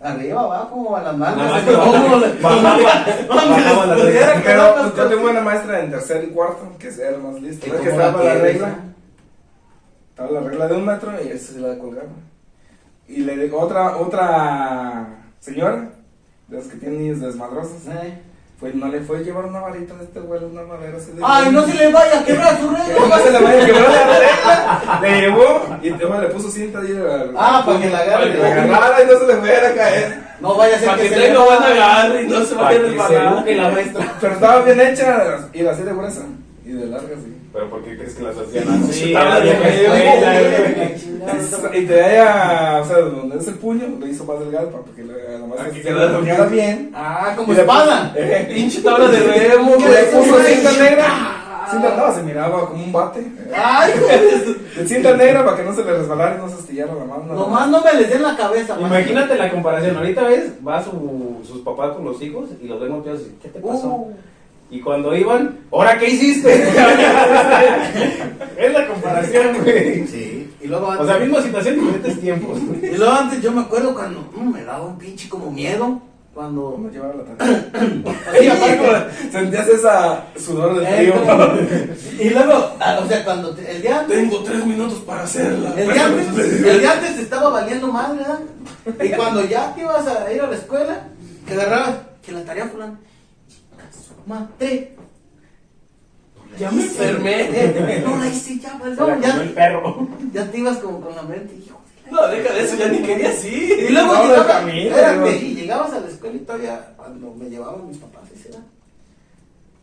Speaker 2: Arriba, abajo, a las
Speaker 5: Nada
Speaker 2: manos.
Speaker 5: más que bajaba- bajaba la
Speaker 2: Pues
Speaker 5: regla.
Speaker 3: Pero yo tengo una maestra en tercer y cuarto que era más lista.
Speaker 2: ¿Y
Speaker 3: ¿Ves que
Speaker 2: cómo la
Speaker 3: estaba la
Speaker 2: tienes,
Speaker 3: regla?
Speaker 2: eh?
Speaker 3: Estaba la regla de un metro y esa se la colgaba. Y le digo, otra, otra señora, de las que tienen niños desmadrosos,
Speaker 2: Ah.
Speaker 3: pues no le fue a llevar una varita de este vuelo, una madera así de.
Speaker 2: Ay, no se le vaya a quebrar su
Speaker 3: Que no
Speaker 2: regla.
Speaker 3: se le vaya a quebrar la regla. Le llevó y luego le puso cinta ahí. al-
Speaker 2: Ah, para que la
Speaker 3: para que la
Speaker 2: agarre.
Speaker 3: agarrara y no se le fuera a caer.
Speaker 2: No vaya a ser
Speaker 1: Para
Speaker 2: que
Speaker 1: que
Speaker 2: se
Speaker 1: ustedes
Speaker 2: le-
Speaker 1: no van a agarrar y no se va a Este
Speaker 5: Para
Speaker 1: quedar
Speaker 5: que se
Speaker 1: empanada.
Speaker 5: eduque la maestra.
Speaker 3: Pero estaba bien hecha y la hacía de gruesa y de larga, sí.
Speaker 4: Pero ¿por qué crees que las hacían así?
Speaker 5: Sí,
Speaker 3: Estaba
Speaker 5: la vieja
Speaker 3: bien,
Speaker 5: escuela,
Speaker 3: bien,
Speaker 5: güey.
Speaker 3: Y te haya, o sea, donde es el puño, lo hizo más delgado para que la
Speaker 1: Para
Speaker 3: más
Speaker 1: que
Speaker 3: se
Speaker 1: quedara
Speaker 3: la tocara bien.
Speaker 2: Ah, como
Speaker 3: Y le
Speaker 2: espada.
Speaker 3: puso- eh,
Speaker 1: Pinche tabla de remo,
Speaker 3: Y le
Speaker 1: güey.
Speaker 3: puso
Speaker 2: Ay,
Speaker 3: cinta
Speaker 2: sí.
Speaker 3: negra. Cinta, no, se miraba como un bate. eh.
Speaker 2: Ay,
Speaker 3: Cinta negra para que no se le resbalara y no se astillara la mano. nada más.
Speaker 2: nomás no me les den la cabeza. pues. man.
Speaker 5: Imagínate la comparación. Ahorita ves, va su- sus papás con los hijos y los ven golpeados y dicen, ¿qué te pasó?
Speaker 2: Uh,
Speaker 5: Y cuando iban, ¿ahora qué hiciste? es la comparación, güey.
Speaker 2: sí. Y luego
Speaker 5: O
Speaker 2: antes,
Speaker 5: sea, misma situación, diferentes tiempos.
Speaker 2: y luego antes yo me acuerdo cuando mm, me daba un pinche como miedo. cuando
Speaker 3: ¿Cómo llevaba la tarea? Y aparte, Sentías esa sudor de
Speaker 2: Eh,
Speaker 3: frío.
Speaker 2: pero- y luego, ah, o sea, cuando te- el día antes,
Speaker 3: Tengo tres minutos para hacerla. pues,
Speaker 2: el día antes, el día antes te estaba valiendo mal, ¿verdad? Y cuando ya te ibas a ir a la escuela, que agarrabas, que la tarea fulano, mate.
Speaker 1: Ya me enfermé.
Speaker 2: No la hice ya, pues,
Speaker 5: Se la
Speaker 2: no,
Speaker 5: comió el
Speaker 2: ya,
Speaker 5: perro.
Speaker 2: ya te ibas como con la mente, hijo.
Speaker 1: No, deja de eso, ya ni quería así.
Speaker 2: Y luego
Speaker 3: No, de
Speaker 2: llegaba-
Speaker 3: camino,
Speaker 2: espérate,
Speaker 3: digo.
Speaker 2: y llegabas a la escuela y todavía cuando me llevaban mis papás, ¿sí era?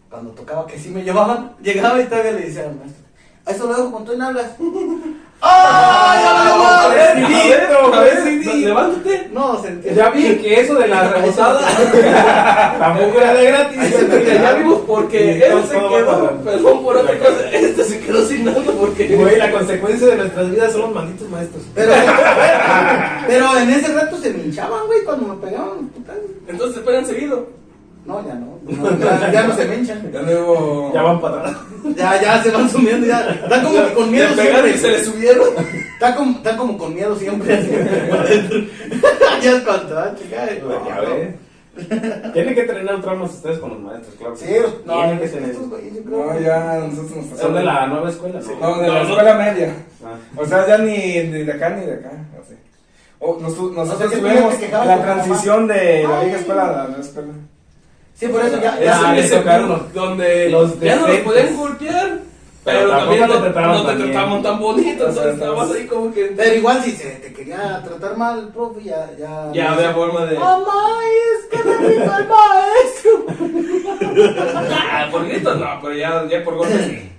Speaker 2: Cuando tocaba que sí me llevaban, llegaba y todavía le decía al maestro, "A eso lo dejo con tú en hablas. ¡Ah! ¡Ya lo dejo!
Speaker 1: A ver,
Speaker 5: A
Speaker 1: Didi,
Speaker 5: ver,
Speaker 1: a
Speaker 5: a
Speaker 1: ver,
Speaker 5: ver,
Speaker 1: Didi, levántate.
Speaker 2: No, se entiende.
Speaker 5: Ya vi que eso de la rebotada tampoco era de
Speaker 1: Ahí
Speaker 5: gratis.
Speaker 1: se mira, ya vimos porque
Speaker 5: Y
Speaker 1: él
Speaker 5: todo-
Speaker 1: se
Speaker 5: todo va
Speaker 1: quedó,
Speaker 5: para-
Speaker 1: perdón por otra cosa, este se quedó sin nada
Speaker 5: Güey,
Speaker 1: porque...
Speaker 5: la consecuencia de nuestras vidas son los malditos maestros.
Speaker 2: Pero, pero en ese rato se me hinchaban, güey, cuando me pegaban. putas.
Speaker 1: Entonces esperan seguido.
Speaker 2: No, ya no. no, ya, ya no se me hinchan.
Speaker 3: Ya luego.
Speaker 5: Ya van para atrás.
Speaker 2: Ya, ya se van sumiendo, ya. Están como que con miedo
Speaker 1: Le pegaron y se le
Speaker 2: siempre.
Speaker 1: subieron.
Speaker 2: Están como, están como con miedo siempre. así, por dentro. ya es cuando, ah, chica. eh.
Speaker 1: Pues
Speaker 5: Ya ves. Tienen que tener traumas ustedes con los maestros, claro.
Speaker 2: Sí, no,
Speaker 5: tienen que tener.
Speaker 2: estos güeyes, yo creo.
Speaker 3: No, ya nosotros nos
Speaker 5: Son de la nueva escuela,
Speaker 3: No,
Speaker 5: ¿no?
Speaker 3: de
Speaker 1: No,
Speaker 3: la
Speaker 1: no.
Speaker 3: escuela media.
Speaker 5: Ah.
Speaker 3: O sea, ya ni, ni de acá ni de acá. Así. O nos-
Speaker 2: O sea,
Speaker 3: nosotros
Speaker 2: que tú
Speaker 3: tuvimos
Speaker 2: ya te quejabas
Speaker 3: la
Speaker 2: con tu
Speaker 3: transición de la
Speaker 2: Ay.
Speaker 3: vieja escuela a la nueva escuela.
Speaker 2: Sí, por eso ya.
Speaker 1: Ya
Speaker 5: Ah,
Speaker 1: se
Speaker 5: le
Speaker 1: les
Speaker 5: tocaron
Speaker 1: sepultó,
Speaker 5: los-
Speaker 1: donde
Speaker 5: los
Speaker 1: ya no los
Speaker 5: defectos.
Speaker 1: podían golpear, pero,
Speaker 5: Pero tampoco
Speaker 1: también no,
Speaker 5: te trataban
Speaker 1: no te
Speaker 5: tan bien.
Speaker 1: trataban tan bonito,
Speaker 3: Ajá.
Speaker 1: entonces estabas ahí como que...
Speaker 2: Pero igual si se te quería tratar mal, profe, ya. Ya,
Speaker 1: ya había forma de...
Speaker 2: Mamá, es que me dijo el maestro.
Speaker 1: Ah, por gritos no, pero ya, ya por golpes sí.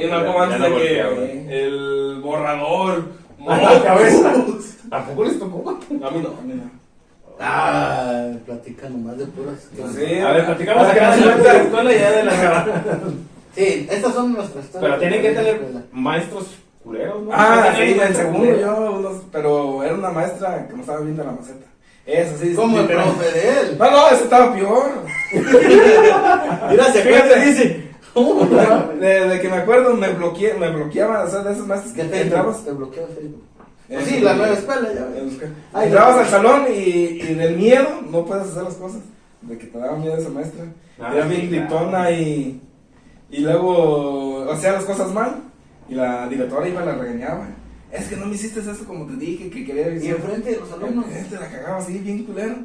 Speaker 1: Y no como
Speaker 5: Ya
Speaker 1: antes
Speaker 5: no
Speaker 1: de que
Speaker 5: golpeaba, Ah, güey.
Speaker 1: el borrador...
Speaker 5: A la
Speaker 1: mocos.
Speaker 5: cabeza. ¿Tampoco les tocó?
Speaker 1: A mí no.
Speaker 2: Ah, platica nomás de puras.
Speaker 3: Sí.
Speaker 5: A ver, platicamos acá de la escuela y ya de la cara.
Speaker 2: Sí, estas son nuestras historias.
Speaker 5: Pero tienen que
Speaker 2: de la
Speaker 5: tener
Speaker 2: escuela.
Speaker 5: maestros culeros, ¿no?
Speaker 3: Ah,
Speaker 5: Tienen
Speaker 3: sí,
Speaker 5: que
Speaker 3: en
Speaker 5: tener
Speaker 3: segundo
Speaker 5: culeros.
Speaker 3: yo, unos- pero era una maestra que me estaba viendo la maceta. Eso sí.
Speaker 2: Como el
Speaker 3: pero-
Speaker 2: profe de él.
Speaker 3: No, no, eso estaba peor.
Speaker 2: Mira, se
Speaker 3: Fíjate,
Speaker 2: acuerda.
Speaker 3: dice. De, de que me acuerdo, me, bloqueé, me bloqueaba, o sea, de esas maestras que
Speaker 2: Ya
Speaker 3: te
Speaker 2: te
Speaker 3: entrabas.
Speaker 2: Te bloqueo Facebook.
Speaker 3: Eh,
Speaker 2: Pues sí, la nueva escuela, ya ves.
Speaker 3: Busca.
Speaker 2: Ay,
Speaker 3: Entrabas
Speaker 2: no.
Speaker 3: al salón y, y del miedo no puedes hacer las cosas. De que te daba miedo esa maestra.
Speaker 5: Ah,
Speaker 3: Era
Speaker 5: sí,
Speaker 3: bien
Speaker 5: claro.
Speaker 3: gritona y, y luego hacía las cosas mal. Y la directora iba y la regañaba. Es que no me hiciste eso como te dije que quería
Speaker 2: Y
Speaker 3: decir. Eh,
Speaker 2: enfrente de los alumnos.
Speaker 3: Te la cagaba así, bien culero.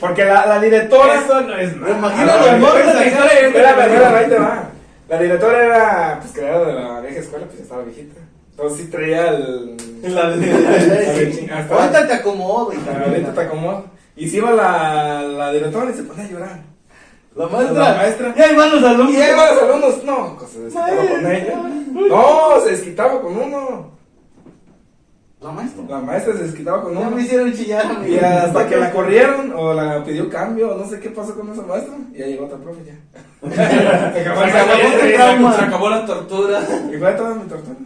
Speaker 3: Porque la, la directora.
Speaker 5: Eso no es nada.
Speaker 2: Imagínate,
Speaker 5: Ah,
Speaker 2: amor,
Speaker 5: esa
Speaker 2: esa
Speaker 5: historia
Speaker 2: cara.
Speaker 5: es de-
Speaker 3: Espérame, espérame, ahí te va. La directora era, pues, creada de la vieja escuela, pues ya estaba viejita. Entonces sí traía el. Hasta-
Speaker 2: Ahorita te acomodó, güey.
Speaker 3: La neta te acomodo. Y si iba la, la directora y se ponía a llorar.
Speaker 2: La
Speaker 3: La maestra.
Speaker 2: Y ahí van los alumnos.
Speaker 3: Y ahí van los alumnos, no, que se desquitaba con ella. No, se desquitaba con uno.
Speaker 2: La maestra.
Speaker 3: La maestra se desquitaba con
Speaker 2: Ya me
Speaker 3: uno.
Speaker 2: hicieron chillar,
Speaker 3: Y
Speaker 2: amigo.
Speaker 3: hasta que la corrieron o la pidió cambio, no sé qué pasó con esa maestra. Y ya llegó otra profe ya. Se acabó
Speaker 1: Se
Speaker 3: el
Speaker 1: acabó,
Speaker 3: trabajo.
Speaker 1: se
Speaker 2: trauma.
Speaker 1: acabó- se acabó la tortura.
Speaker 3: Y fue toda mi tortura.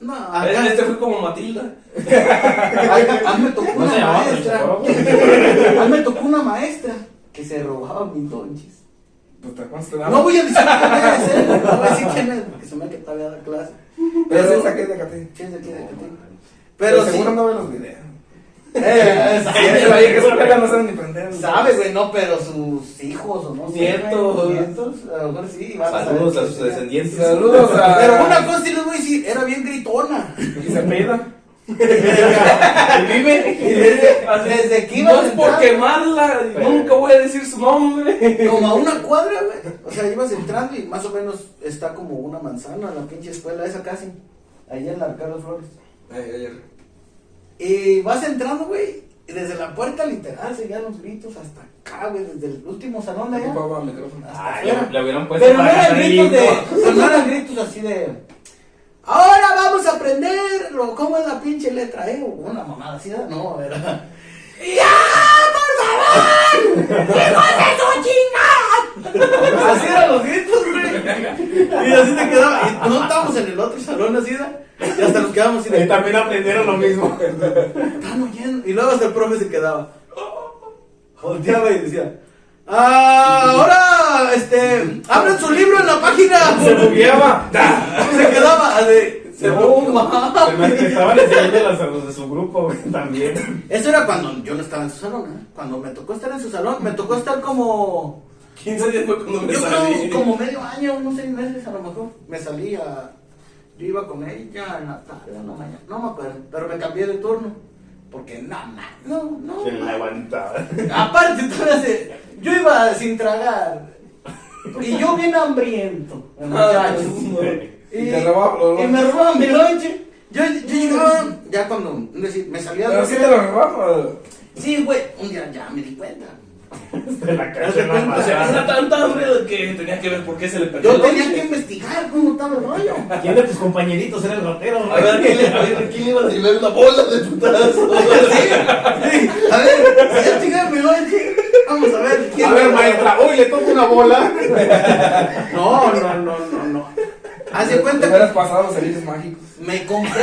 Speaker 2: No, acá,
Speaker 1: Este fue como Matilda.
Speaker 2: acá- a mí me tocó
Speaker 5: No se
Speaker 2: una
Speaker 5: llamaba
Speaker 2: maestra.
Speaker 5: Tonchaporo, güey.
Speaker 2: A mí me tocó una maestra que se robaba mis donches.
Speaker 3: Pues te acuerdas que nada
Speaker 2: No voy a decir quién es, eh, no voy a decir quién es, porque se me ha quedado la clase.
Speaker 3: Pero
Speaker 2: Pero-
Speaker 3: sí saqué de Cate.
Speaker 2: ¿Quién es el que de que tengo?
Speaker 3: Pero
Speaker 2: Pero sí.
Speaker 3: seguro no ve los videos.
Speaker 2: Eh,
Speaker 3: Sí,
Speaker 2: sabe,
Speaker 3: la
Speaker 2: güey,
Speaker 3: vieja escuela no sabe ni prender.
Speaker 2: Sabe, güey, no, pero sus hijos o no sé,
Speaker 1: Nietos.
Speaker 2: güey, nietos, a lo mejor sí. van a saber
Speaker 5: Saludos a
Speaker 2: quién
Speaker 5: sus
Speaker 2: sea.
Speaker 5: descendientes.
Speaker 3: Saludos a.
Speaker 2: Pero una cosa sí les voy a decir, era bien gritona.
Speaker 3: Y se pida.
Speaker 2: Y desde, desde que iba
Speaker 1: No
Speaker 2: a
Speaker 1: es por
Speaker 2: entrar,
Speaker 1: quemarla,
Speaker 5: Pero-
Speaker 1: nunca voy a decir su nombre.
Speaker 2: como a una cuadra, güey. O sea, ibas entrando y más o menos está como una manzana la pinche escuela esa casi. Allá en la Carlos Flores. Y vas entrando, güey. Y desde la puerta literal seguían los gritos hasta acá, güey. Desde el último salón de allá.
Speaker 3: Ocupaba micrófono.
Speaker 2: Hasta
Speaker 5: Ah,
Speaker 2: afuera.
Speaker 5: le, le hubieran puesto
Speaker 2: Pero pues, no
Speaker 5: para
Speaker 2: eran gritos de.
Speaker 5: cantarito.
Speaker 2: pero no eran gritos así de. Ahora vamos a aprender lo- cómo es la pinche letra, eh. O Una mamada así, ¿verdad? no, era. ¡Ya! ¡Por favor! ¡Hijos de su chingada! Así eran los gritos, güey. Y así te quedaba. Y no estábamos en el otro salón así, ¿verdad? Y hasta nos quedábamos así de.
Speaker 5: Y también aprendieron lo mismo.
Speaker 2: "Están oyendo". Y luego hasta el profe se quedaba. Volteaba y decía. "Ah, ahora, este, abren su libro en la página.
Speaker 3: Se bugueaba.
Speaker 2: Se quedaba de.
Speaker 1: Se bomba.
Speaker 5: Se me que estaban enseñando las a los de su grupo güey, también.
Speaker 2: Eso era cuando yo no estaba en su salón, ¿eh? Cuando me tocó estar en su salón, me tocó estar como.
Speaker 1: 15 días fue cuando me
Speaker 2: yo
Speaker 1: salí.
Speaker 2: creo como medio año, unos seis meses a lo mejor. Me salí a. Yo iba con ella en la tarde, en la mañana. No me acuerdo, pero me cambié de turno. Porque nada, no, no.
Speaker 5: Que la aguantaba.
Speaker 2: Aparte, entonces, yo iba sin tragar. Y yo bien hambriento.
Speaker 1: Ah,
Speaker 2: muchachos.
Speaker 3: Y te robaba los
Speaker 2: y me robaban mi lonche. Yo, yo llegaba, ya cuando es decir, me salía
Speaker 3: Pero
Speaker 2: de
Speaker 3: sí te lo robaba.
Speaker 2: Sí, güey, un día ya me di cuenta.
Speaker 5: Se la cachó la
Speaker 1: O sea, era
Speaker 5: madre.
Speaker 1: tanta hambre que tenía que ver por qué se le perdió.
Speaker 2: Yo
Speaker 1: el
Speaker 2: tenía
Speaker 1: lonche.
Speaker 2: que investigar cómo estaba el rollo.
Speaker 5: ¿Quién de tus compañeritos era el ratero?
Speaker 1: A ver, ¿quién le, a ver, ¿quién le iba a tirar una bola de putazo?
Speaker 2: A ver, si ya chingaron mi lonche, vamos a ver. ¿quién-
Speaker 4: A ver, maestra, hoy le toco una bola.
Speaker 2: No, no, no, no, no. Haz de
Speaker 3: Te
Speaker 2: cuenta que
Speaker 3: hubieras pasado los servicios mágicos.
Speaker 2: me compré.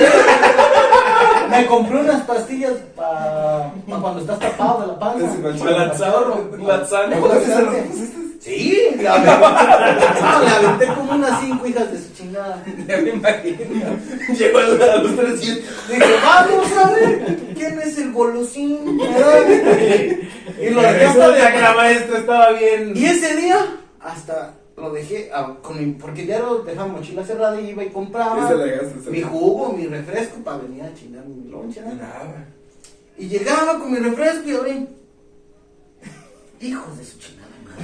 Speaker 2: Me compré unas pastillas para cuando estás tapado de la panza.
Speaker 1: Balanzado,
Speaker 2: pues,
Speaker 1: lanzando.
Speaker 3: Entonces, se los pusiste.
Speaker 2: Sí, le aventé, no, le aventé como unas cinco hijas de su chingada.
Speaker 1: Ya me imagino. Llegó a la- a los 300.
Speaker 2: Dije, vamos a ver quién es el golosín. Y lo dejé hasta
Speaker 5: Resulta que la
Speaker 2: de...
Speaker 5: maestra estaba bien.
Speaker 2: Y ese día, hasta lo dejé ah, con mi- porque ya lo dejaba mochila cerrada y iba y compraba
Speaker 3: Y se la gastas, se la-
Speaker 2: mi jugo, mi refresco para venir a chingar mi loncha.
Speaker 3: Nada.
Speaker 2: Y llegaba con mi refresco y abrí. Hijos de su chingada madre.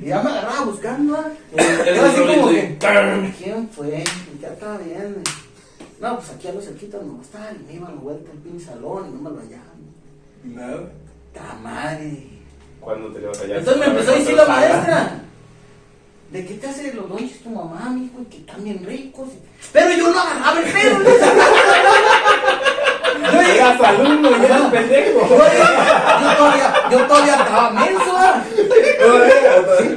Speaker 2: Y ya me agarraba buscando. ah. Era así como que. ¿Quién fue? Y Ya estaba bien. No, pues aquí a los cerquitos no estaban y me iban a vuelta al pin salón y no me lo hallaban.
Speaker 3: Nada.
Speaker 2: ¡Ta madre!
Speaker 5: ¿Cuándo te le vas a hallar?
Speaker 2: Entonces me empezó a decir la
Speaker 5: Otra
Speaker 2: maestra. ¿De qué te hace los lonches tu mamá, mijo? Y que están bien ricos. Pero yo no agarraba el pedo. Yo
Speaker 5: sala.
Speaker 2: dije,
Speaker 5: Eras alumno y eras pendejo.
Speaker 2: yo todavía, yo todavía estaba menso. ah.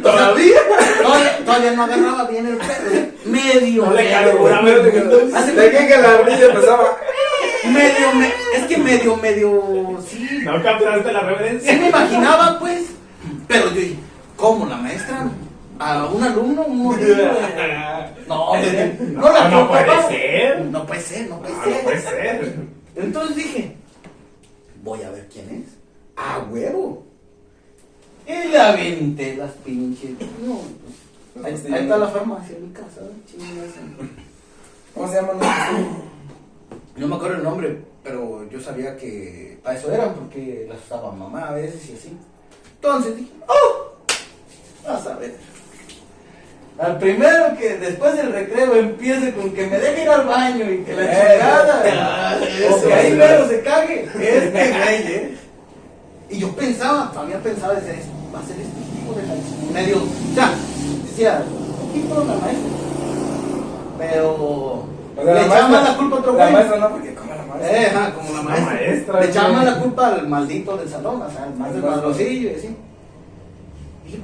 Speaker 1: Todavía.
Speaker 2: Todavía, todavía no agarraba bien el pedo. Medio.
Speaker 5: No le
Speaker 2: medio.
Speaker 5: carburaba.
Speaker 2: Hace
Speaker 3: De aquí que la orilla empezaba.
Speaker 2: Medio, me- es que medio, medio, sí.
Speaker 5: No capturaste la
Speaker 2: Sí
Speaker 5: reverencia.
Speaker 2: me imaginaba, pues. Pero yo dije, ¿cómo la maestra? ¿A un alumno? ¿Un morrillo? eh. No, hombre, no la
Speaker 5: No, no puede
Speaker 2: culpaba.
Speaker 5: ser.
Speaker 2: No puede ser, no puede
Speaker 5: Ah, No,
Speaker 2: ser.
Speaker 5: no puede ser.
Speaker 2: Entonces dije, voy a ver quién es. ¡A huevo! Y le aventé las pinches. No, pues, ahí, ahí está la farmacia en mi casa. chingas.
Speaker 3: ¿Cómo se llama? No?
Speaker 2: No me acuerdo el nombre, pero yo sabía que para eso eran, porque las usaba mamá a veces y así. Entonces dije, ¡oh! Vas a ver. Al primero que después del recreo empiece con que me deje ir al baño y que la
Speaker 3: Eh,
Speaker 2: chingada.
Speaker 3: eso,
Speaker 2: o que ahí
Speaker 3: sí.
Speaker 2: mero se cague. Este güey, ¿eh? Y yo pensaba, todavía pensaba, decía, "Es- va a ser este tipo de la medio. O sea, decía, tipo la maestra. Pero.
Speaker 3: O sea,
Speaker 2: le echaba
Speaker 3: maestra-
Speaker 2: la culpa a otro
Speaker 3: La
Speaker 2: güey.
Speaker 3: maestra no, porque como la maestra.
Speaker 2: Eh, ajá, como la
Speaker 5: La
Speaker 2: maestra.
Speaker 5: maestra,
Speaker 2: Le echaba
Speaker 5: güey.
Speaker 2: la culpa al maldito del salón, o sea, al más del madrosillo y así. Y pues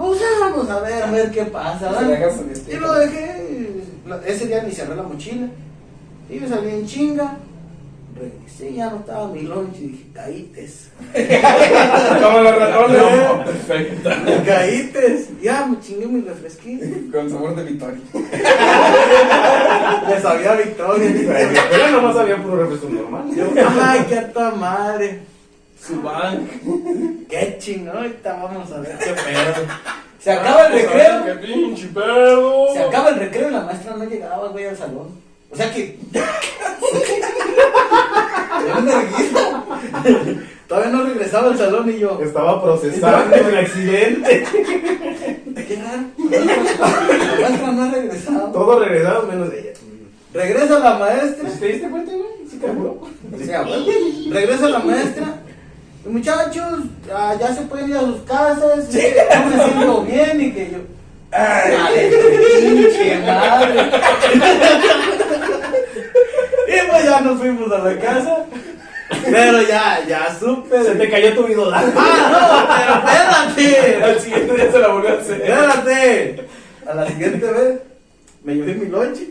Speaker 2: vamos a ver, a ver qué pasa.
Speaker 3: Se
Speaker 2: ¿verdad?
Speaker 3: la gasta bien, tío.
Speaker 2: y lo dejé. lo- Ese día ni cerré la mochila. Y me salí en chinga. Regresé, ya no estaba mi lunch y dije, caítes.
Speaker 3: Como los ratones.
Speaker 1: No, perfecto.
Speaker 2: caítes. Ya me chingué mi refresquito.
Speaker 3: Con sabor de victoria.
Speaker 2: Le sabía a Victoria.
Speaker 5: Pero nomás había puro refresco normal.
Speaker 2: Yo, ay, qué a tu madre.
Speaker 1: Su banco.
Speaker 2: Qué chingón, ahorita vamos a ver qué pedo. Se acaba el recreo.
Speaker 1: Qué pinche pedo.
Speaker 2: Se acaba el recreo y la maestra no llegaba, güey, al salón. O sea que. Yo me reí. Todavía no regresaba al salón y yo.
Speaker 5: Estaba procesando el accidente.
Speaker 2: ¿Qué raro? La maestra no ha regresado.
Speaker 5: Todos regresados menos ella.
Speaker 2: Regresa la maestra.
Speaker 5: ¿Te diste cuenta, güey? Sí, cabrón.
Speaker 2: O sea, güey, Regresa la maestra. "Y Muchachos, ah, ya se pueden ir a sus casas. y que No me siento bien y que yo. ¡Ay, pinche madre! y pues ya nos fuimos a la casa. Pero ya, ya supe.
Speaker 5: Se te cayó tu ídola.
Speaker 2: ¡Ah, no! ¡Pero espérate!
Speaker 1: Al siguiente día este se la volvió a hacer.
Speaker 2: ¡Espérate! A la siguiente vez me llevé mi lonche.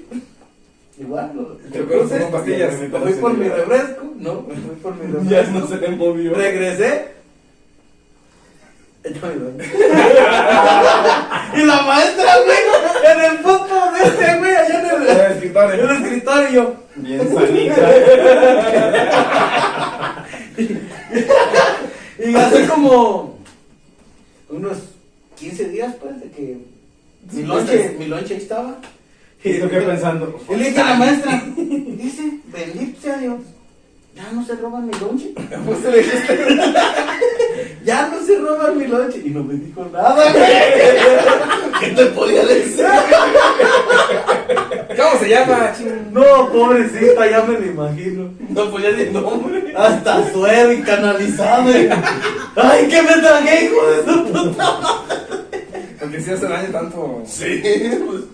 Speaker 2: Igual, lo,
Speaker 3: Yo creo que son pastillas.
Speaker 2: me fui por mi refresco. No, me fui por mi refresco.
Speaker 1: Ya no se le movió.
Speaker 2: Regresé. Échame el baño. y la maestra, güey, en el puto de este, güey, allá en el,
Speaker 3: Los escritores.
Speaker 2: en el escritorio. y yo,
Speaker 4: Bien sanita.
Speaker 2: Y hace como unos 15 días, pues, de que mi lonche, mi lonche ahí estaba.
Speaker 4: Y lo que pensando.
Speaker 2: Y le dije a la maestra, dice, bendito sea Dios, ya no se roban mi lonche. Pues le dijiste, ya no se roban mi lonche. Y no me dijo nada, güey. ¿Qué te podía decir?
Speaker 1: ¿Cómo se llama?
Speaker 2: No, pobrecita, ya me lo imagino.
Speaker 1: No, pues ya di nombre.
Speaker 2: Hasta suero y canalizado. Ay, ¿qué me tragué, hijo de su puta?
Speaker 3: Porque si hace daño tanto.
Speaker 2: Sí,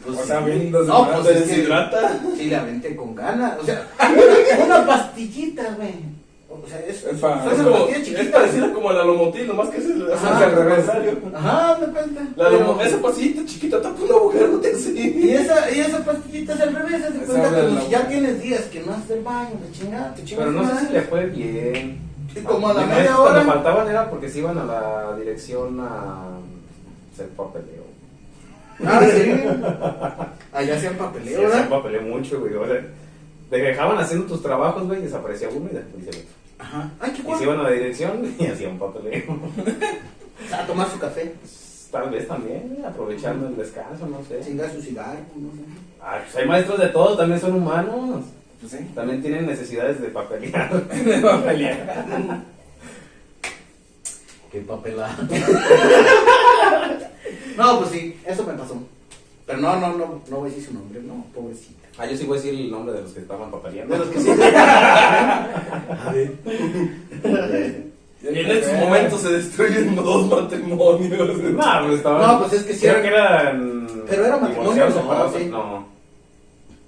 Speaker 2: pues,
Speaker 3: O sea, bien dos
Speaker 2: No,
Speaker 3: semanas
Speaker 2: pues es que
Speaker 1: deshidrata.
Speaker 2: sí la vente con ganas. O sea, una, una pastillita, güey. O sea, es.
Speaker 3: Es para-
Speaker 2: o sea,
Speaker 1: pues, Es, como,
Speaker 2: es una pastilla
Speaker 1: es
Speaker 2: chiquita.
Speaker 1: parecida como a la lomotil, nomás que es el,
Speaker 2: Ajá.
Speaker 1: es el adversario.
Speaker 2: Ajá, me cuenta.
Speaker 1: La
Speaker 2: Pero-
Speaker 1: lomo- esa pasillita chiquita tapa un agujero de
Speaker 2: y,
Speaker 1: así.
Speaker 2: esa, y esa pastillita es al revés. Haz de
Speaker 3: Esa
Speaker 2: cuenta
Speaker 3: habla de
Speaker 2: como
Speaker 3: la
Speaker 2: si ya
Speaker 3: boca.
Speaker 2: tienes días que no haces el baño, la chingada, te chingas.
Speaker 5: Pero no sé
Speaker 2: madre.
Speaker 5: si le fue bien.
Speaker 2: Y como a la
Speaker 5: Mi
Speaker 2: media
Speaker 5: maestra,
Speaker 2: hora-
Speaker 5: Cuando faltaban era porque se iban a la dirección a hacer papeleo.
Speaker 2: Ah, sí. Allá hacían
Speaker 5: Sí,
Speaker 2: papeleo,
Speaker 5: hacían
Speaker 2: ¿verdad?
Speaker 5: papeleo mucho, güey. O sea, te dejaban haciendo tus trabajos, güey, desaparecía uno y desaparecía el otro.
Speaker 2: Ajá. Ay, qué
Speaker 5: Y se
Speaker 2: guapo.
Speaker 5: iban a la dirección y hacían papeleo.
Speaker 2: A Ah, tomar su café,
Speaker 5: Tal vez también, aprovechando el descanso, no sé.
Speaker 2: chingar su cigarro, no sé.
Speaker 5: Ah, pues hay maestros de todo, también son humanos.
Speaker 3: Pues sí.
Speaker 5: También tienen necesidades de papelear.
Speaker 3: Me va a pelear.
Speaker 2: Qué papelada. no, pues sí, eso me pasó. Pero no, no, no, no voy a decir su nombre, no, pobrecita.
Speaker 5: Ah, yo sí voy a decir el nombre de los que estaban papeleando.
Speaker 2: De los que sí.
Speaker 1: Y en estos momentos se destruyen dos matrimonios.
Speaker 5: No, pues estaban.
Speaker 2: No, pues es que sí
Speaker 5: Creo
Speaker 2: eran-
Speaker 5: que eran.
Speaker 2: Pero eran matrimonios,
Speaker 5: divorciados,
Speaker 2: ¿no?
Speaker 5: separados,
Speaker 2: Sí.
Speaker 5: No.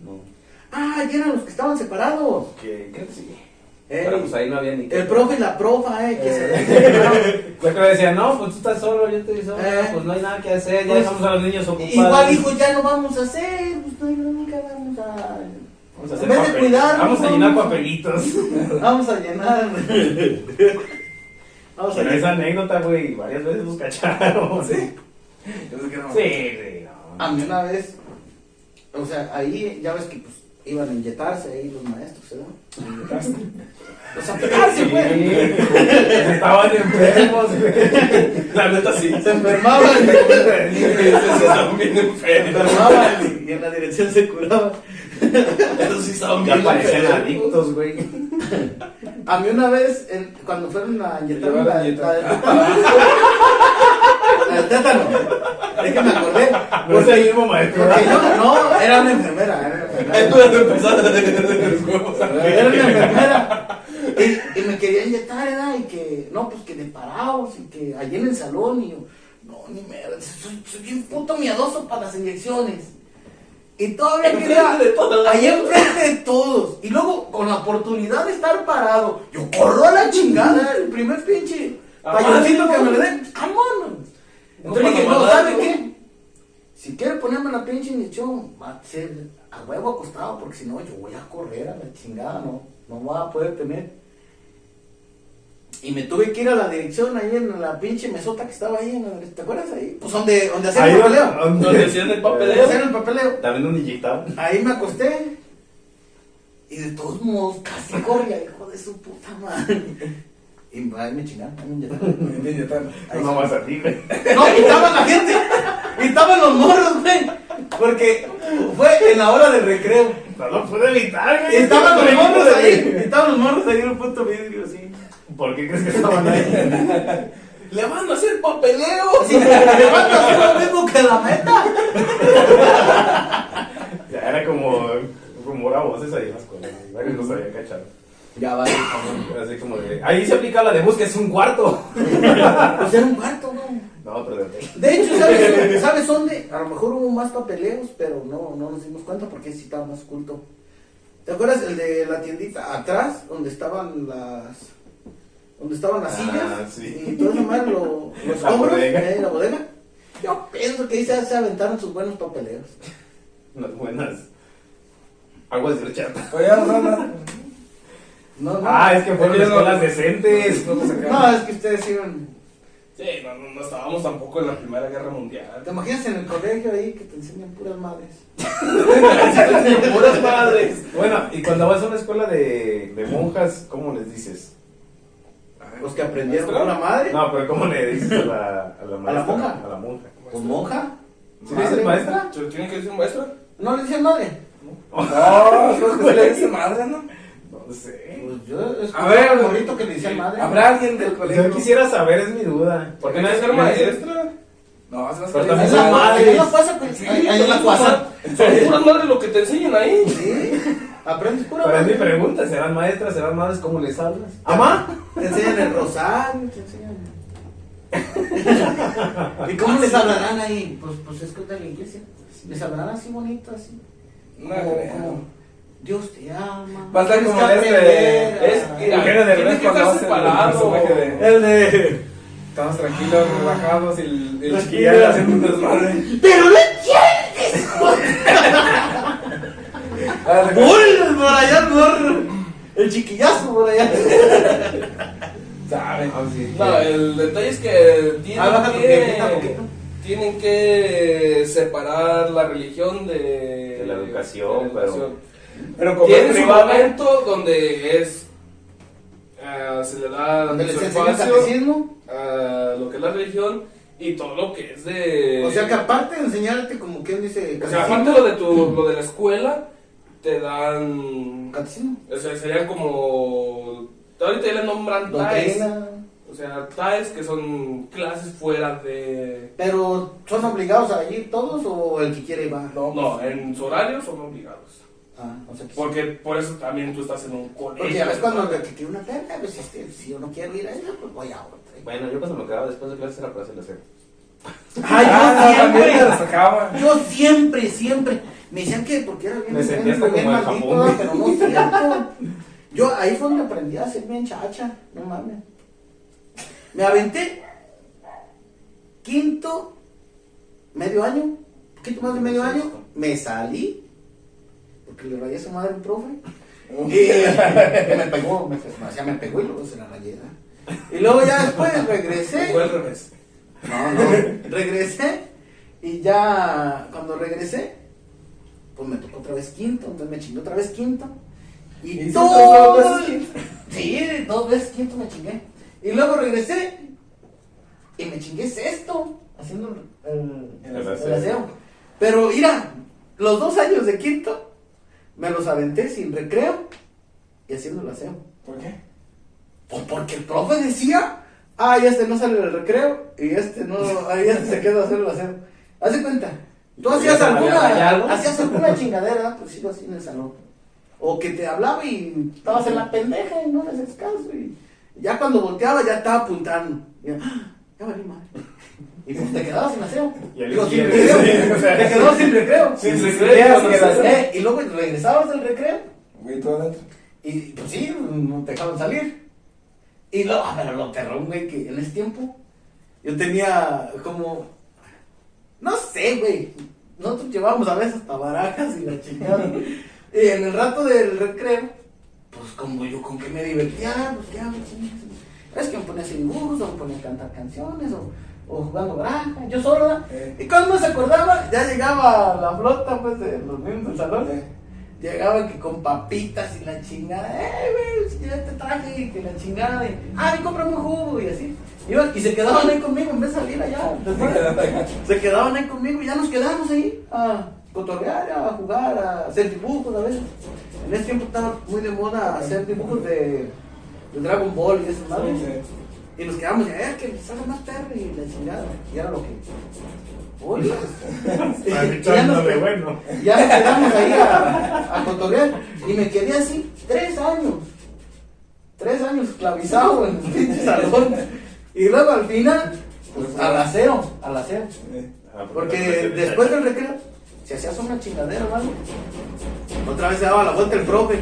Speaker 5: No.
Speaker 2: ah, ya eran los que estaban separados.
Speaker 5: Que creo que sí.
Speaker 2: Eh,
Speaker 5: Pero pues ahí no había ni.
Speaker 2: el profe y la profa, eh, que se
Speaker 5: Yo creo que decía, no, pues tú estás solo, yo estoy solo,
Speaker 2: Eh.
Speaker 5: pues no hay nada que hacer, ya
Speaker 2: Pues,
Speaker 5: dejamos a los niños ocupados.
Speaker 2: Igual hijo, ya no vamos a hacer, pues no, nunca vamos a.
Speaker 5: Vamos a,
Speaker 2: en
Speaker 5: hacer
Speaker 2: vez de
Speaker 5: papel-
Speaker 2: cuidarnos,
Speaker 5: vamos a llenar
Speaker 2: vamos a-
Speaker 5: papelitos.
Speaker 2: Vamos a llenar. vamos a
Speaker 5: Pero esa
Speaker 2: llenar.
Speaker 5: anécdota, güey, varias veces nos cacharon. Sí,
Speaker 3: Yo sé que no.
Speaker 5: sí, no.
Speaker 2: A mí una vez, o sea, ahí ya ves que pues iban a inyectarse ahí los maestros, ¿eh? ¿verdad? O sea, pegarse,
Speaker 5: Sí,
Speaker 2: güey.
Speaker 5: estaban enfermos, güey.
Speaker 1: La neta sí.
Speaker 2: Se enfermaban, se
Speaker 1: Esos sí están bien enfermos.
Speaker 2: enfermaban y en la dirección se curaba.
Speaker 1: Esos sí están bien
Speaker 5: Ya parecían
Speaker 1: enfermos.
Speaker 5: adictos, güey.
Speaker 2: A mí una vez, en- cuando fueron a inyectarme
Speaker 3: llevaron
Speaker 2: la, la del
Speaker 3: inyectar.
Speaker 2: tétano. La del tétano. Es que me acordé.
Speaker 5: No es el mismo maestro.
Speaker 2: Porque yo, no, era una enfermera, era una
Speaker 1: Ahí
Speaker 2: enfermera.
Speaker 1: tú ya empezaste a tener los huevos.
Speaker 2: Era una enfermera. Y, y me quería inyectar, ¿verdad? Y que, no, pues que de parados, y que allí en el salón, y yo, no, ni me, soy, soy bien puto miedoso para las inyecciones. Y todavía quería,
Speaker 1: Enfrente de toda la-
Speaker 2: allí enfrente de todos, y luego con la oportunidad de estar parado, yo corro a la chingada, el primer pinche
Speaker 1: Ah,
Speaker 2: payoncito
Speaker 1: sí,
Speaker 2: que me
Speaker 1: no.
Speaker 2: le den, vámonos. Entonces
Speaker 1: Como
Speaker 2: dije,
Speaker 1: para
Speaker 2: no,
Speaker 1: mandar,
Speaker 2: ¿sabe
Speaker 1: ¿no?
Speaker 2: qué? Si quiere ponerme la pinche inyección, va a ser a huevo acostado, porque si no, yo voy a correr a la chingada, no, no voy a poder tener. Y me tuve que ir a la dirección ahí en la pinche mesota que estaba ahí, en la- ¿te acuerdas ahí? Pues donde, donde hacían
Speaker 5: Ahí
Speaker 2: el
Speaker 5: va-
Speaker 2: papeleo.
Speaker 5: ¿dónde?
Speaker 1: Donde hacían el
Speaker 2: Donde
Speaker 1: papeleo.
Speaker 2: hacían el papeleo.
Speaker 5: También un inyectado.
Speaker 2: Ahí me acosté. Y de todos modos, casi corría, hijo de su puta madre. Y ahí me chingaron, ahí me inyectaron.
Speaker 3: Me inyectaron.
Speaker 2: Ahí
Speaker 5: No más a ti, güey.
Speaker 2: No, quitaban la gente. Quitaban los morros, güey. Porque fue en la hora del recreo.
Speaker 5: No lo pude
Speaker 2: Y
Speaker 5: evitar, güey.
Speaker 2: estaban los
Speaker 5: Pero,
Speaker 2: morros
Speaker 5: güey,
Speaker 2: ahí. y Estaban los morros ahí en un punto vidrio, así.
Speaker 5: ¿Por qué crees que estaban ahí?
Speaker 1: Le van a hacer papeleo.
Speaker 2: Así, le van a hacer lo mismo que la meta.
Speaker 5: Ya era como rumor a voces ahí en las escuela. güey. Nadie nos había cachado.
Speaker 2: Ya va.
Speaker 5: Era Así como de. Ahí se aplica la de busques un cuarto.
Speaker 2: Pues era un cuarto, güey.
Speaker 5: No, pero de
Speaker 2: De hecho, ¿sabes, ¿sabes dónde? A lo mejor hubo más papeleos, pero no, no nos dimos cuenta porque sí estaba más culto. ¿Te acuerdas el de la tiendita atrás, donde estaban las. donde estaban las
Speaker 5: Ah,
Speaker 2: sillas?
Speaker 5: sí.
Speaker 2: Y todo eso más, lo- los
Speaker 5: La
Speaker 2: hombros,
Speaker 5: bodega.
Speaker 2: eh, la bodega. Yo pienso que ahí se, se aventaron sus buenos papeleos.
Speaker 5: unas buenas. Aguas de horchata.
Speaker 3: Oye, no, no, no.
Speaker 2: No, no.
Speaker 5: Ah, es que fueron
Speaker 3: Yo no-
Speaker 5: escuelas decentes.
Speaker 3: No, no, no, no, no, no, no, no, no, no,
Speaker 2: no, es que ustedes iban.
Speaker 1: Sí, no, no, no estábamos tampoco en la Primera Guerra Mundial.
Speaker 2: ¿Te imaginas en el colegio ahí que te enseñan puras madres?
Speaker 1: Puras madres.
Speaker 4: Bueno, y cuando vas a una escuela de, de monjas, ¿cómo les dices?
Speaker 2: Los que aprendieron
Speaker 1: ¿Maestra?
Speaker 2: pura madre.
Speaker 4: No, pero ¿cómo le dices a la, a la maestra?
Speaker 2: monja?
Speaker 4: A la monja.
Speaker 2: ¿Con pues monja?
Speaker 4: ¿Sí le dices maestra?
Speaker 1: ¿Se lo tiene que decir maestra?
Speaker 2: ¿No le decían madre?
Speaker 3: No, creo que se le dice madre, ¿no?
Speaker 4: No sé.
Speaker 2: Pues yo
Speaker 3: A ver,
Speaker 2: un morrito que le decían madre.
Speaker 3: ¿Habrá alguien del
Speaker 4: Yo
Speaker 3: colegio?
Speaker 4: quisiera saber, es mi duda.
Speaker 1: ¿Por
Speaker 4: Porque
Speaker 1: qué no
Speaker 4: me
Speaker 1: es ser maestra?
Speaker 3: No, se las
Speaker 4: Pero
Speaker 2: Ahí
Speaker 4: también
Speaker 2: en la
Speaker 4: madres.
Speaker 2: ahí en la pasa, pues.
Speaker 1: Sí,
Speaker 2: Ahí ahí en la
Speaker 1: son
Speaker 2: pasa.
Speaker 1: puras- Son puras madres lo que te enseñan ahí.
Speaker 2: Sí. Aprendes pura
Speaker 4: Pero es mi
Speaker 2: madre.
Speaker 4: pregunta, ¿serán maestras, serán madres? ¿Cómo les hablas? ¿Amá?
Speaker 2: Te enseñan el rosario, te enseñan. ¿Y cómo les hablarán ahí? Pues, pues es que es de la iglesia. Les hablarán así bonito, así.
Speaker 3: No,
Speaker 2: Como-
Speaker 3: creo.
Speaker 2: como, Dios te ama.
Speaker 3: Va a estar
Speaker 2: tienes
Speaker 3: como
Speaker 2: que
Speaker 3: este-
Speaker 2: aprender a-
Speaker 1: Es, mira,
Speaker 3: Eugenio Derbez
Speaker 1: tiene que
Speaker 3: cuando
Speaker 1: estar
Speaker 3: hace el
Speaker 1: separado.
Speaker 3: personaje de-
Speaker 4: El de...
Speaker 3: Estamos tranquilos, relajados y el, el
Speaker 4: Tranquila.
Speaker 3: chiquillo haciendo un desmadre.
Speaker 2: ¡Pero no entiendes!
Speaker 3: Ah,
Speaker 2: ¡Bol! Por allá, por... El chiquillazo por allá.
Speaker 3: Saben.
Speaker 1: No, el detalle es que tienen
Speaker 2: Ah, baja tu piernita
Speaker 1: que,
Speaker 2: poquito.
Speaker 1: tienen que separar la religión de,
Speaker 4: De la educación,
Speaker 1: la educación.
Speaker 3: Pero como es
Speaker 1: Tienen su
Speaker 3: privado,
Speaker 1: momento donde es ah, se le da
Speaker 2: Donde
Speaker 1: su
Speaker 2: les enseñan
Speaker 1: espacio
Speaker 2: catecismo.
Speaker 1: a lo que es la religión y todo lo que es de
Speaker 2: O sea que aparte de enseñarte como quien dice
Speaker 1: o sea,
Speaker 2: catecismo.
Speaker 1: aparte lo de
Speaker 2: Mm.
Speaker 1: tu lo de la escuela te dan
Speaker 2: Catecismo.
Speaker 1: o sea, serían como ahorita ya le nombran TAES
Speaker 2: Doctrina.
Speaker 1: o sea, TAES que son clases fuera de
Speaker 2: Pero son obligados a ir todos o el que quiere va.
Speaker 3: No,
Speaker 1: No,
Speaker 2: pues,
Speaker 1: en su horario son obligados.
Speaker 2: Ah, o sea que sí.
Speaker 1: Porque por eso también tú estás en un colegio.
Speaker 2: Porque a veces cuando te quiere una perra, pues este, si yo no quiero ir a ella, pues voy a otra.
Speaker 4: Bueno, yo cuando me quedaba después de clases era para hacer la cena.
Speaker 2: Ay,
Speaker 3: Ah, no,
Speaker 2: yo
Speaker 3: también
Speaker 2: siempre,
Speaker 3: la sacaba.
Speaker 2: yo siempre, siempre. Me decían que porque era bien,
Speaker 4: Me sentía
Speaker 2: bien,
Speaker 4: hasta
Speaker 2: bien
Speaker 4: como en
Speaker 2: maldito,
Speaker 4: Japón, güey.
Speaker 2: pero no es cierto. Yo ahí fue donde aprendí a ser bien chacha, no mames. Me aventé quinto, medio año, poquito más de medio año, me salí, porque le rayé a su madre un profe. Y me pegó, me, o sea, me pegó y luego se la rayé. ¿verdad? Y luego ya después regresé.
Speaker 1: Fue al revés.
Speaker 2: No, no. regresé y ya cuando regresé, pues me tocó otra vez quinto, entonces me chingué otra vez quinto. Y,
Speaker 3: Y
Speaker 2: todo.
Speaker 3: sí, dos veces quinto.
Speaker 2: Sí, dos veces quinto me chingué. Y luego regresé y me chingué sexto, haciendo el,
Speaker 4: El
Speaker 2: el
Speaker 4: aseo.
Speaker 2: aseo. Pero mira, los dos años de quinto me los aventé sin recreo y haciendo el aseo.
Speaker 3: ¿Por qué?
Speaker 2: Pues porque el profe decía, ay, este no sale del recreo y este no, ay, este se queda a hacer el aseo. Haz de cuenta, tú
Speaker 4: ¿Y
Speaker 2: hacías
Speaker 4: ya se le había rayado?
Speaker 2: alguna, hacías alguna chingadera, pues sí, así en el salón. O que te hablaba y estabas en la pendeja y no le haces caso. Y ya cuando volteaba ya estaba apuntando. Y ya, "Ah, ya valí madre. Y pues te quedabas sin aseo.
Speaker 4: Y al
Speaker 2: Digo,
Speaker 4: día
Speaker 2: sin
Speaker 4: siguiente,
Speaker 2: recreo.
Speaker 4: sí, o sea,
Speaker 2: te quedabas sin recreo.
Speaker 3: Sin
Speaker 1: Sí, sí,
Speaker 3: recreo, sin
Speaker 1: sí,
Speaker 3: el aseo.
Speaker 2: Eh, y luego regresabas del recreo
Speaker 3: Güey, todo adentro.
Speaker 2: y pues sí, no te dejaron salir. Y luego, ah, pero lo perrón, güey, que en ese tiempo yo tenía como. No sé, güey. Nosotros llevábamos a veces hasta barajas y la chingada. y en el rato del recreo, pues como yo con que me divertía, pues ya, me chingas. Es que me ponía a hacer dibujos, o me ponía a cantar canciones, o, o jugando baraja, yo sola.
Speaker 3: Eh.
Speaker 2: Y cuando se acordaba, ya llegaba la flota, pues, de los mismos del salón. Llegaban que con papitas y la chingada, eh, güey, si ya te traje, y que la chingada, y, ah, ven, cómprame un jugo, y así. Iban- y se quedaban ahí conmigo, en vez de salir allá, después,
Speaker 3: eh,
Speaker 2: se quedaban ahí conmigo, y ya nos quedamos ahí, a cotorrear, a jugar, a hacer dibujos a veces. En ese tiempo estaba muy de moda hacer dibujos de, de Dragon Ball y esas madres. Y nos quedamos, y, eh, que sale más tarde, y la chingada, y era lo que. Oye, Y ya nos-
Speaker 4: Echándole bueno.
Speaker 2: ya nos quedamos ahí a, a cotorrear. Y me quedé así tres años. Tres años esclavizado en el pinche salón. Y luego al final, pues, al aseo, al aseo.
Speaker 3: Eh,
Speaker 4: Ah,
Speaker 2: pues, Porque después del recreo, si hacías una chingadera o algo, otra vez se daba la vuelta el profe.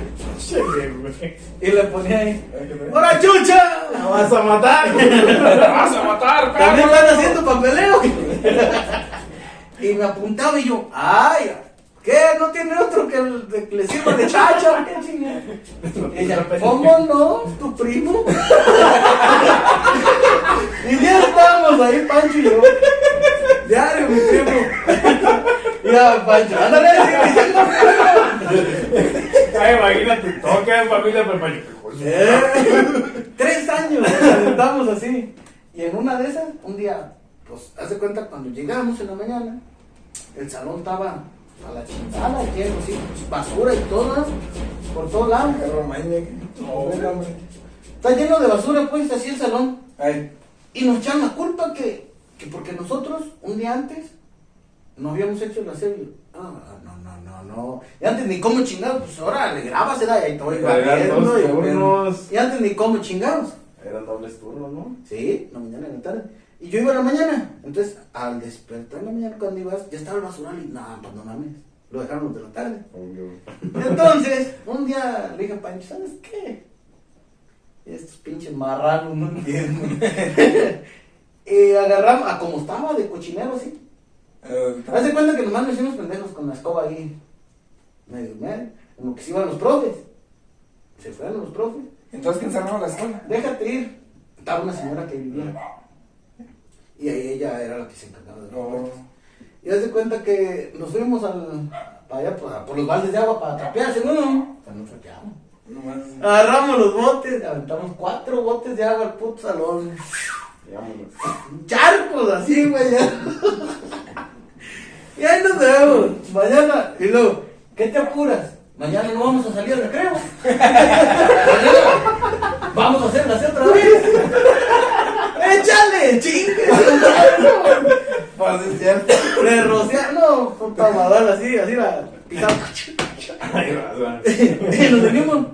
Speaker 2: Y le ponía ahí,
Speaker 3: eh, que-
Speaker 2: ¡Hora chucha!
Speaker 4: ¡La vas a matar!
Speaker 1: ¡Te vas a matar,
Speaker 2: ¿También
Speaker 1: perro!
Speaker 2: están haciendo papeleo? y me apuntaba y yo, ay, ¿Qué? ¿No tiene otro que le, que le sirva de chacha? ¿Qué chingada? Y ella, ¿cómo no? ¿Tu primo? y ya estábamos ahí, Pancho y yo. Diario, mi primo. Y ya, Pancho, ándale, sigue diciendo
Speaker 5: Ay, imagínate, todo queda en familia, pues, pero para
Speaker 2: Eh, Tres años nos sentamos así. Y en una de esas, un día, pues, hace cuenta cuando llegamos en la mañana, el salón estaba a la chinzada, lleno, así, basura y todas, por todos lados. Está lleno de basura, pues, así el salón.
Speaker 3: Ay,
Speaker 2: Y nos echan la culpa que, que porque nosotros, un día antes, no habíamos hecho el aseo. Y, Ah, no, no, no, no. Y antes ni cómo chingados, pues ahora le grabas, ¿verdad? Y ahí te voy
Speaker 4: Eran
Speaker 2: barriendo
Speaker 4: dos
Speaker 2: y-
Speaker 4: turnos.
Speaker 2: Y antes ni cómo chingados.
Speaker 4: Eran dobles turnos, ¿no?
Speaker 2: Sí, la mañana y la tarde. Y yo iba en la mañana. Entonces, al despertar en la mañana cuando ibas, ya estaba el basural y no, pues no mames. Lo dejaron los de la tarde. Entonces, un día le dije a Pancho, ¿sabes qué? Estos pinches marranos no entienden. y agarramos, a como estaba de cochinero así.
Speaker 3: eh,
Speaker 2: Haz de cuenta que nomás nos hicimos pendejos con la escoba ahí. Medio, medio. Como que se iban los profes. Se fueron los profes.
Speaker 3: Entonces, ¿quién cerraba la escuela?
Speaker 2: Déjate ir. Estaba una señora que vivía. Y ahí ella era la que se encargaba de todo.
Speaker 3: No.
Speaker 2: Y hace cuenta que nos fuimos al, para allá, por, por los baldes de agua para trapearse, ¿no? O sea, no trapeamos.
Speaker 3: No más.
Speaker 2: Agarramos los botes, aventamos cuatro botes de agua al puto salón.
Speaker 4: Vámonos.
Speaker 2: Charcos así, güey. ya. y ahí nos vemos. Mañana. Y luego, ¿qué te apuras? Mañana no vamos a salir al recreo. Mañana vamos a hacerlas otra vez. Échale, chingue. su madre.
Speaker 3: Pues es cierto.
Speaker 2: Le rociaron, puta madre, así, así la pisamos.
Speaker 4: Ahí vas, va.
Speaker 2: y nos venimos.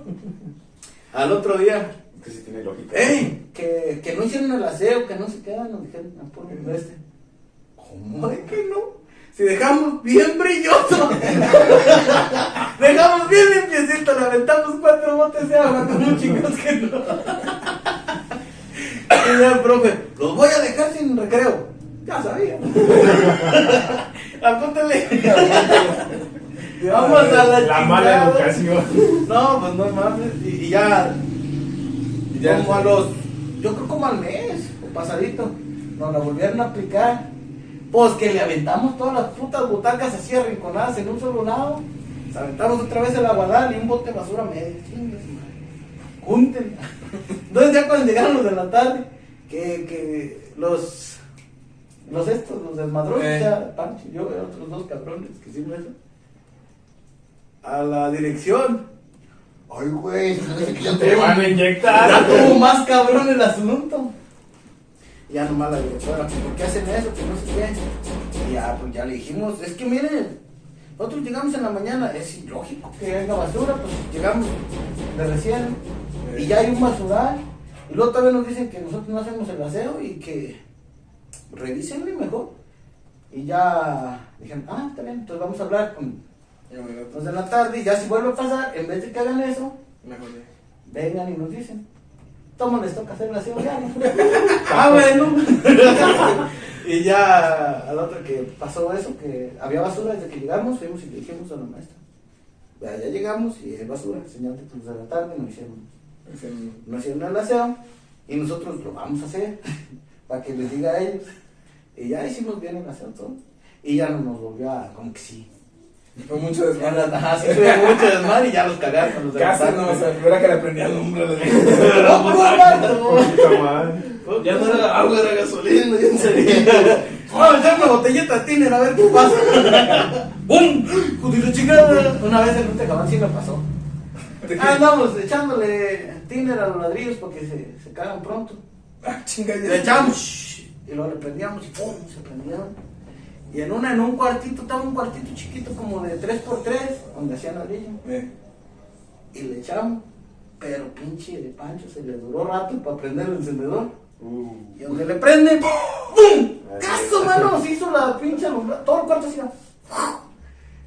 Speaker 2: Al otro día.
Speaker 4: Es que sí tiene lógica.
Speaker 2: ¡Ey! Que, que no hicieron el aseo, que no se quedan, nos dijeron, a puro este. ¿Cómo de que no? Si dejamos bien brilloso. dejamos bien limpiecito, le aventamos cuatro botes de agua con los chicos que no. y ya, profe, los voy a dejar sin recreo. Ya sabía. Apúntale. Y Vamos a la,
Speaker 5: La mala
Speaker 2: chingada.
Speaker 5: educación.
Speaker 2: No, pues no mames. Y, y ya.
Speaker 3: Y ya-
Speaker 2: como a los. Yo creo como al mes, o pasadito. Nos la volvieron a aplicar. Pues que le aventamos todas las putas butacas así arrinconadas en un solo lado. Se aventamos otra vez el aguadal y un bote de basura medio. Chingue su madre. Júntenla. Entonces ya cuando llegaron los de la tarde, que, que los. Los estos, los desmadrones,
Speaker 3: Eh.
Speaker 2: ya Pancho y yo, y otros dos cabrones que hicimos eso. A la dirección. Ay, güey, ya
Speaker 5: Te van a
Speaker 2: ya
Speaker 5: inyectar.
Speaker 2: tuvo más cabrón el asunto. Y Ya nomás la directora, pues, ¿por qué hacen eso? Que no sé qué. Y ya, pues ya le dijimos, es que miren, nosotros llegamos en la mañana, es ilógico que haya basura, pues llegamos de recién y ya hay un basural. Y luego todavía nos dicen que nosotros no hacemos el aseo y que revísenle mejor. Y ya dijeron, ah, está bien, entonces vamos a hablar con los de la tarde y ya si vuelve a pasar, en vez de que hagan eso,
Speaker 3: Mejor ya.
Speaker 2: vengan y nos dicen. Toma, les toca hacer la cebolla. ah, bueno. y ya al otro que pasó eso, que había basura desde que llegamos, fuimos y le dijimos a la maestra. Ya, ya llegamos y hay basura, señal de los de la tarde, nos hicieron,
Speaker 3: Es el-
Speaker 2: nos hicieron el aseo y nosotros lo vamos a hacer para que les diga a ellos. Y ya hicimos bien el aseo todo. Y ya no nos volvió a, como que sí.
Speaker 3: Fue mucho
Speaker 2: Ya
Speaker 3: desmadre.
Speaker 2: las, Pues ajá, sí, fue mucho desmadre y ya los cagaron. Los de la
Speaker 3: Casi
Speaker 2: tarde.
Speaker 3: no, o sea, era que le prendía el nombre
Speaker 2: Pero, puro vato.
Speaker 5: Puta madre.
Speaker 1: Ya no era agua, era gasolina, ya en serio.
Speaker 2: Vamos a echar una botellita de tiner a ver qué pasa. ¡Bum! ¡Judilo chingada! Una vez en un tejabán sí me pasó. Andamos echándole tiner a los ladrillos porque se, se cagan pronto.
Speaker 3: Ah, chinga,
Speaker 2: Le
Speaker 3: ya.
Speaker 2: echamos shh, y luego le prendíamos y ¡pum! Se prendieron. Y en una, en un cuartito, estaba un cuartito chiquito como de 3x3 donde hacían ladrillo.
Speaker 3: Eh,
Speaker 2: Y le echamos. Pero pinche de pancho se le duró rato para prender el encendedor.
Speaker 4: Uh,
Speaker 2: Y donde le prende, ¡pum!
Speaker 4: Ahí
Speaker 2: ¡Caso,
Speaker 4: está.
Speaker 2: mano! Se hizo la pinche alumbra- todo el cuarto así.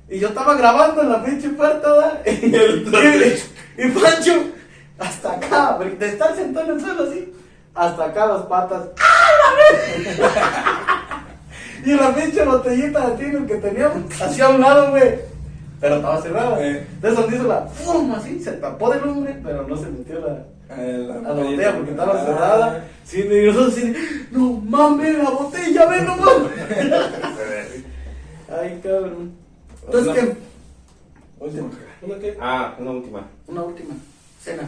Speaker 2: Y yo estaba grabando en la pinche puerta, ¿verdad? Y, y- y Pancho, hasta acá, br- de estar sentado en el suelo así, hasta acá las patas. ¡Ah, la verga! Y la pinche botellita de tino que teníamos, hacia un lado, güey. pero estaba cerrada.
Speaker 3: Eh.
Speaker 2: Entonces donde hizo la ¡fum! así, se tapó del hombre, pero no se metió la,
Speaker 3: Eh,
Speaker 2: a la botella porque estaba
Speaker 3: Ah,
Speaker 2: cerrada. Sí, me dio así, no mames, la botella, ven, no mames. Ay, cabrón. Entonces,
Speaker 3: Una-
Speaker 2: ¿qué?
Speaker 3: Ah, Última.
Speaker 1: ¿Una qué?
Speaker 5: Ah, una última.
Speaker 2: Una última cena.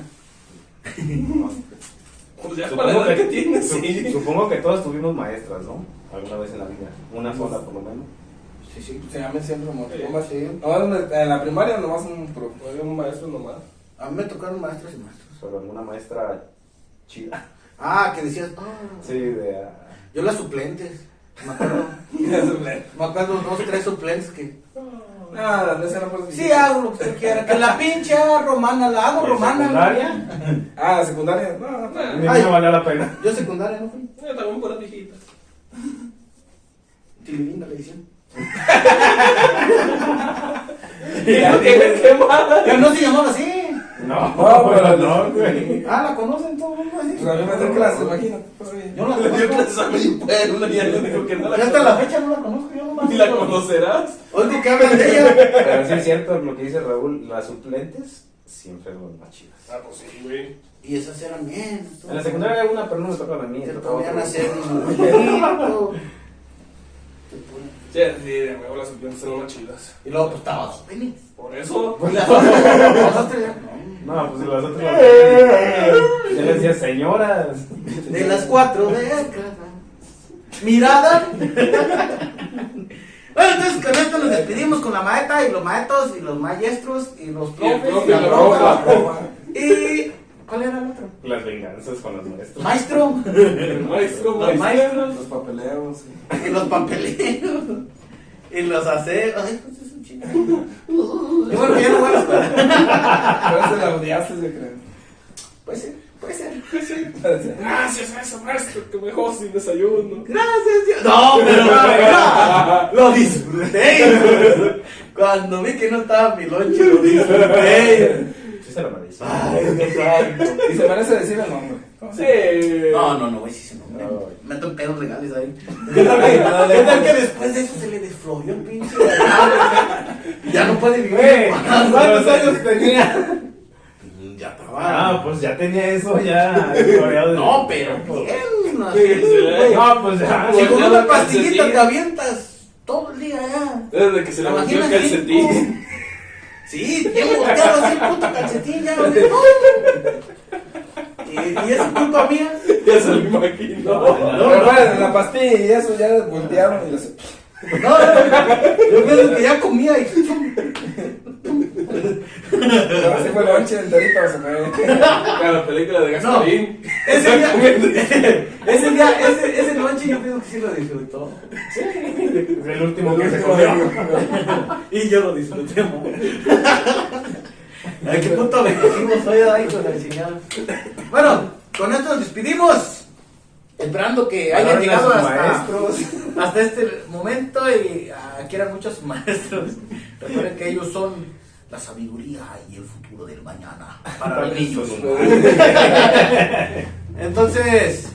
Speaker 1: Pues ya para la edad que tienes, sí.
Speaker 5: supongo que todos tuvimos maestras, ¿no? Alguna vez en la vida. Una sola, por lo menos.
Speaker 3: Sí, sí, se llama siempre amor.
Speaker 1: Sí.
Speaker 2: Ah,
Speaker 3: Nomás- nomás en la primaria nomás un pro.
Speaker 1: Fue un maestro nomás.
Speaker 2: A mí me tocaron maestros y maestros.
Speaker 5: Pero alguna maestra chida.
Speaker 2: Ah, que decías, ah,
Speaker 5: Sí, de. ah,
Speaker 2: yo las suplentes. Me acuerdo, me acuerdo dos, tres suplentes que.
Speaker 3: Nada, no se la puedo
Speaker 2: Sí, hago lo que usted quiera. Que la pinche haga romana, la hago
Speaker 5: de
Speaker 2: romana.
Speaker 5: secundaria?
Speaker 3: Ah, secundaria. No, no.
Speaker 1: Ah,
Speaker 5: Ni me
Speaker 2: Ay.
Speaker 5: valía la pena.
Speaker 2: Yo secundaria, ¿no fui?
Speaker 1: Yo también por las viejitas.
Speaker 2: Tililinda le decían.
Speaker 1: Dijo que me quemaba.
Speaker 2: Pero no se llamaba así.
Speaker 5: No,
Speaker 3: No, pero
Speaker 5: no, güey.
Speaker 2: Ah, la conocen todo el mundo así.
Speaker 3: Pues a mí me dio clase, imagino.
Speaker 2: Yo no la
Speaker 1: Le dio clases
Speaker 2: conozco.
Speaker 1: a mi pueblo y él dijo que no
Speaker 2: Yo hasta la
Speaker 1: la
Speaker 2: fecha no la conozco, yo nomás.
Speaker 1: Ni la conocerás.
Speaker 2: Oigo que hablan de ella.
Speaker 5: Pero sí es cierto lo que dice Raúl, las suplentes siempre son las más chidas.
Speaker 1: Ah, pues sí, güey.
Speaker 2: Y esas eran bien.
Speaker 5: En la secundaria había una, pero no me tocaba a mí.
Speaker 2: Te
Speaker 5: me tocaba
Speaker 2: podían
Speaker 5: otro.
Speaker 2: hacer un muñequito.
Speaker 1: Sí, sí, de huevo las suplentes son más chidas.
Speaker 2: Y luego, pues estaba jóvenes.
Speaker 1: Por eso.
Speaker 2: Y Pues, las otras ya,
Speaker 5: No, pues y las otras.
Speaker 2: Eh,
Speaker 5: las- Yo les decía, señoras.
Speaker 2: no. De las cuatro décadas. Mirada. Bueno, entonces con esto nos despedimos con la maeta y los maetos y los maestros y los
Speaker 1: Y el
Speaker 2: profes
Speaker 1: profe
Speaker 2: y la
Speaker 1: y la
Speaker 2: profa.
Speaker 1: profa.
Speaker 2: Y. ¿Cuál era el otro?
Speaker 5: Las venganzas con los maestros.
Speaker 2: Maestro.
Speaker 1: El maestro,
Speaker 2: Los maestros.
Speaker 3: Los papeleos. sí.
Speaker 2: Y los papeleos. Y los hacer. Ay, pues es un chico. Y bueno, que ya no voy a la escuela.
Speaker 3: Pero se la odiaste, yo creo. Pues
Speaker 2: Puede ser, puede ser.
Speaker 3: Parece.
Speaker 1: Gracias a ese maestro que me dejó sin desayuno.
Speaker 2: Gracias, Dios. No, pero mira, lo disfruté. Cuando vi que no estaba mi lonche, lo disfruté.
Speaker 5: Sí se lo merece.
Speaker 2: Ay, Dios santo.
Speaker 3: Y se parece decir el nombre.
Speaker 1: Sí.
Speaker 2: No, no, no, güey, sí se nombre.
Speaker 5: No.
Speaker 2: Meto pedos legales ahí. ¿Qué tal que- qué tal que después de eso se le desflorió el pinche? galán? Ya no puede vivir.
Speaker 3: Güey,
Speaker 2: en paz.
Speaker 3: ¿cuántos años tenía?
Speaker 2: Ya estaba.
Speaker 5: Ah, pues ya tenía eso ya. floreado de-
Speaker 2: No, pero bien. así,
Speaker 1: Sí, sí,
Speaker 2: güey.
Speaker 5: No, pues ya.
Speaker 2: Si con
Speaker 1: ya
Speaker 2: una
Speaker 1: la
Speaker 2: pastillita
Speaker 1: calcetín.
Speaker 2: te avientas todo el día ya.
Speaker 1: Desde que se le metió el
Speaker 2: Imagínate,
Speaker 1: calcetín.
Speaker 2: cinco. Sí, te he volteado así el puto calcetín ya. güey. No. Y, y es culpa mía.
Speaker 1: Ya se lo imagino.
Speaker 3: No, bueno, la pastilla y eso ya voltearon y las.
Speaker 2: No, yo pienso que ya comía y.
Speaker 3: Así fue el lonche enterito, se fue.
Speaker 1: A la película de
Speaker 2: No.
Speaker 1: Gasparín.
Speaker 2: Ese día, ese día, ese, ese noche yo pienso que sí lo disfrutó.
Speaker 5: El último que se comió.
Speaker 2: Y yo lo disfruté, amor. Ay, qué puto vengativo soy, ay, con la chingada. Bueno, con esto nos despedimos. Esperando que hayan
Speaker 5: Valoren a
Speaker 2: llegado
Speaker 5: sus
Speaker 2: hasta,
Speaker 5: maestros.
Speaker 2: hasta este momento y ah, quieran mucho a sus maestros. Recuerden que ellos son la sabiduría y el futuro del mañana para los niños. Entonces,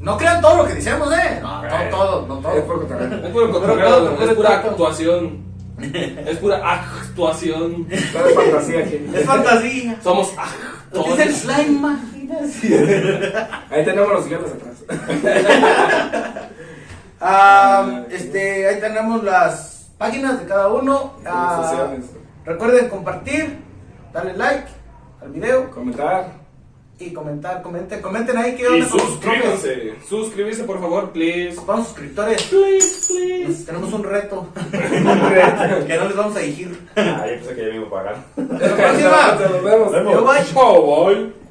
Speaker 2: no crean todo lo que decimos, ¿eh? No, no todo, no todo.
Speaker 3: Es por cotorreo.
Speaker 1: Es puro
Speaker 2: Pero,
Speaker 1: cotorreo,
Speaker 2: pero,
Speaker 1: es pura
Speaker 2: pero,
Speaker 1: actuación. Es pura actuación.
Speaker 3: Toda es fantasía aquí.
Speaker 2: Es fantasía.
Speaker 1: Somos
Speaker 2: Es el
Speaker 1: actores.
Speaker 2: slime, imaginas.
Speaker 3: Ahí tenemos los siguientes atrás.
Speaker 2: Ah, este, ahí tenemos las páginas de cada uno. Ah,
Speaker 3: Redes sociales.
Speaker 2: recuerden compartir, darle like al video
Speaker 3: Comentar.
Speaker 2: y comentar, comenten, comenten ahí que
Speaker 1: Y
Speaker 2: onda con sus profes.
Speaker 1: suscríbanse. Suscribirse, por favor, please.
Speaker 2: Ocupamos suscriptores.
Speaker 1: Please, please.
Speaker 2: Nos- tenemos un reto que no les vamos a dirigir.
Speaker 5: Ah, yo pensé que ya me iba a pagar.
Speaker 3: Hasta la próxima. Nos vemos.
Speaker 2: Yo voy.
Speaker 1: Oh, boy.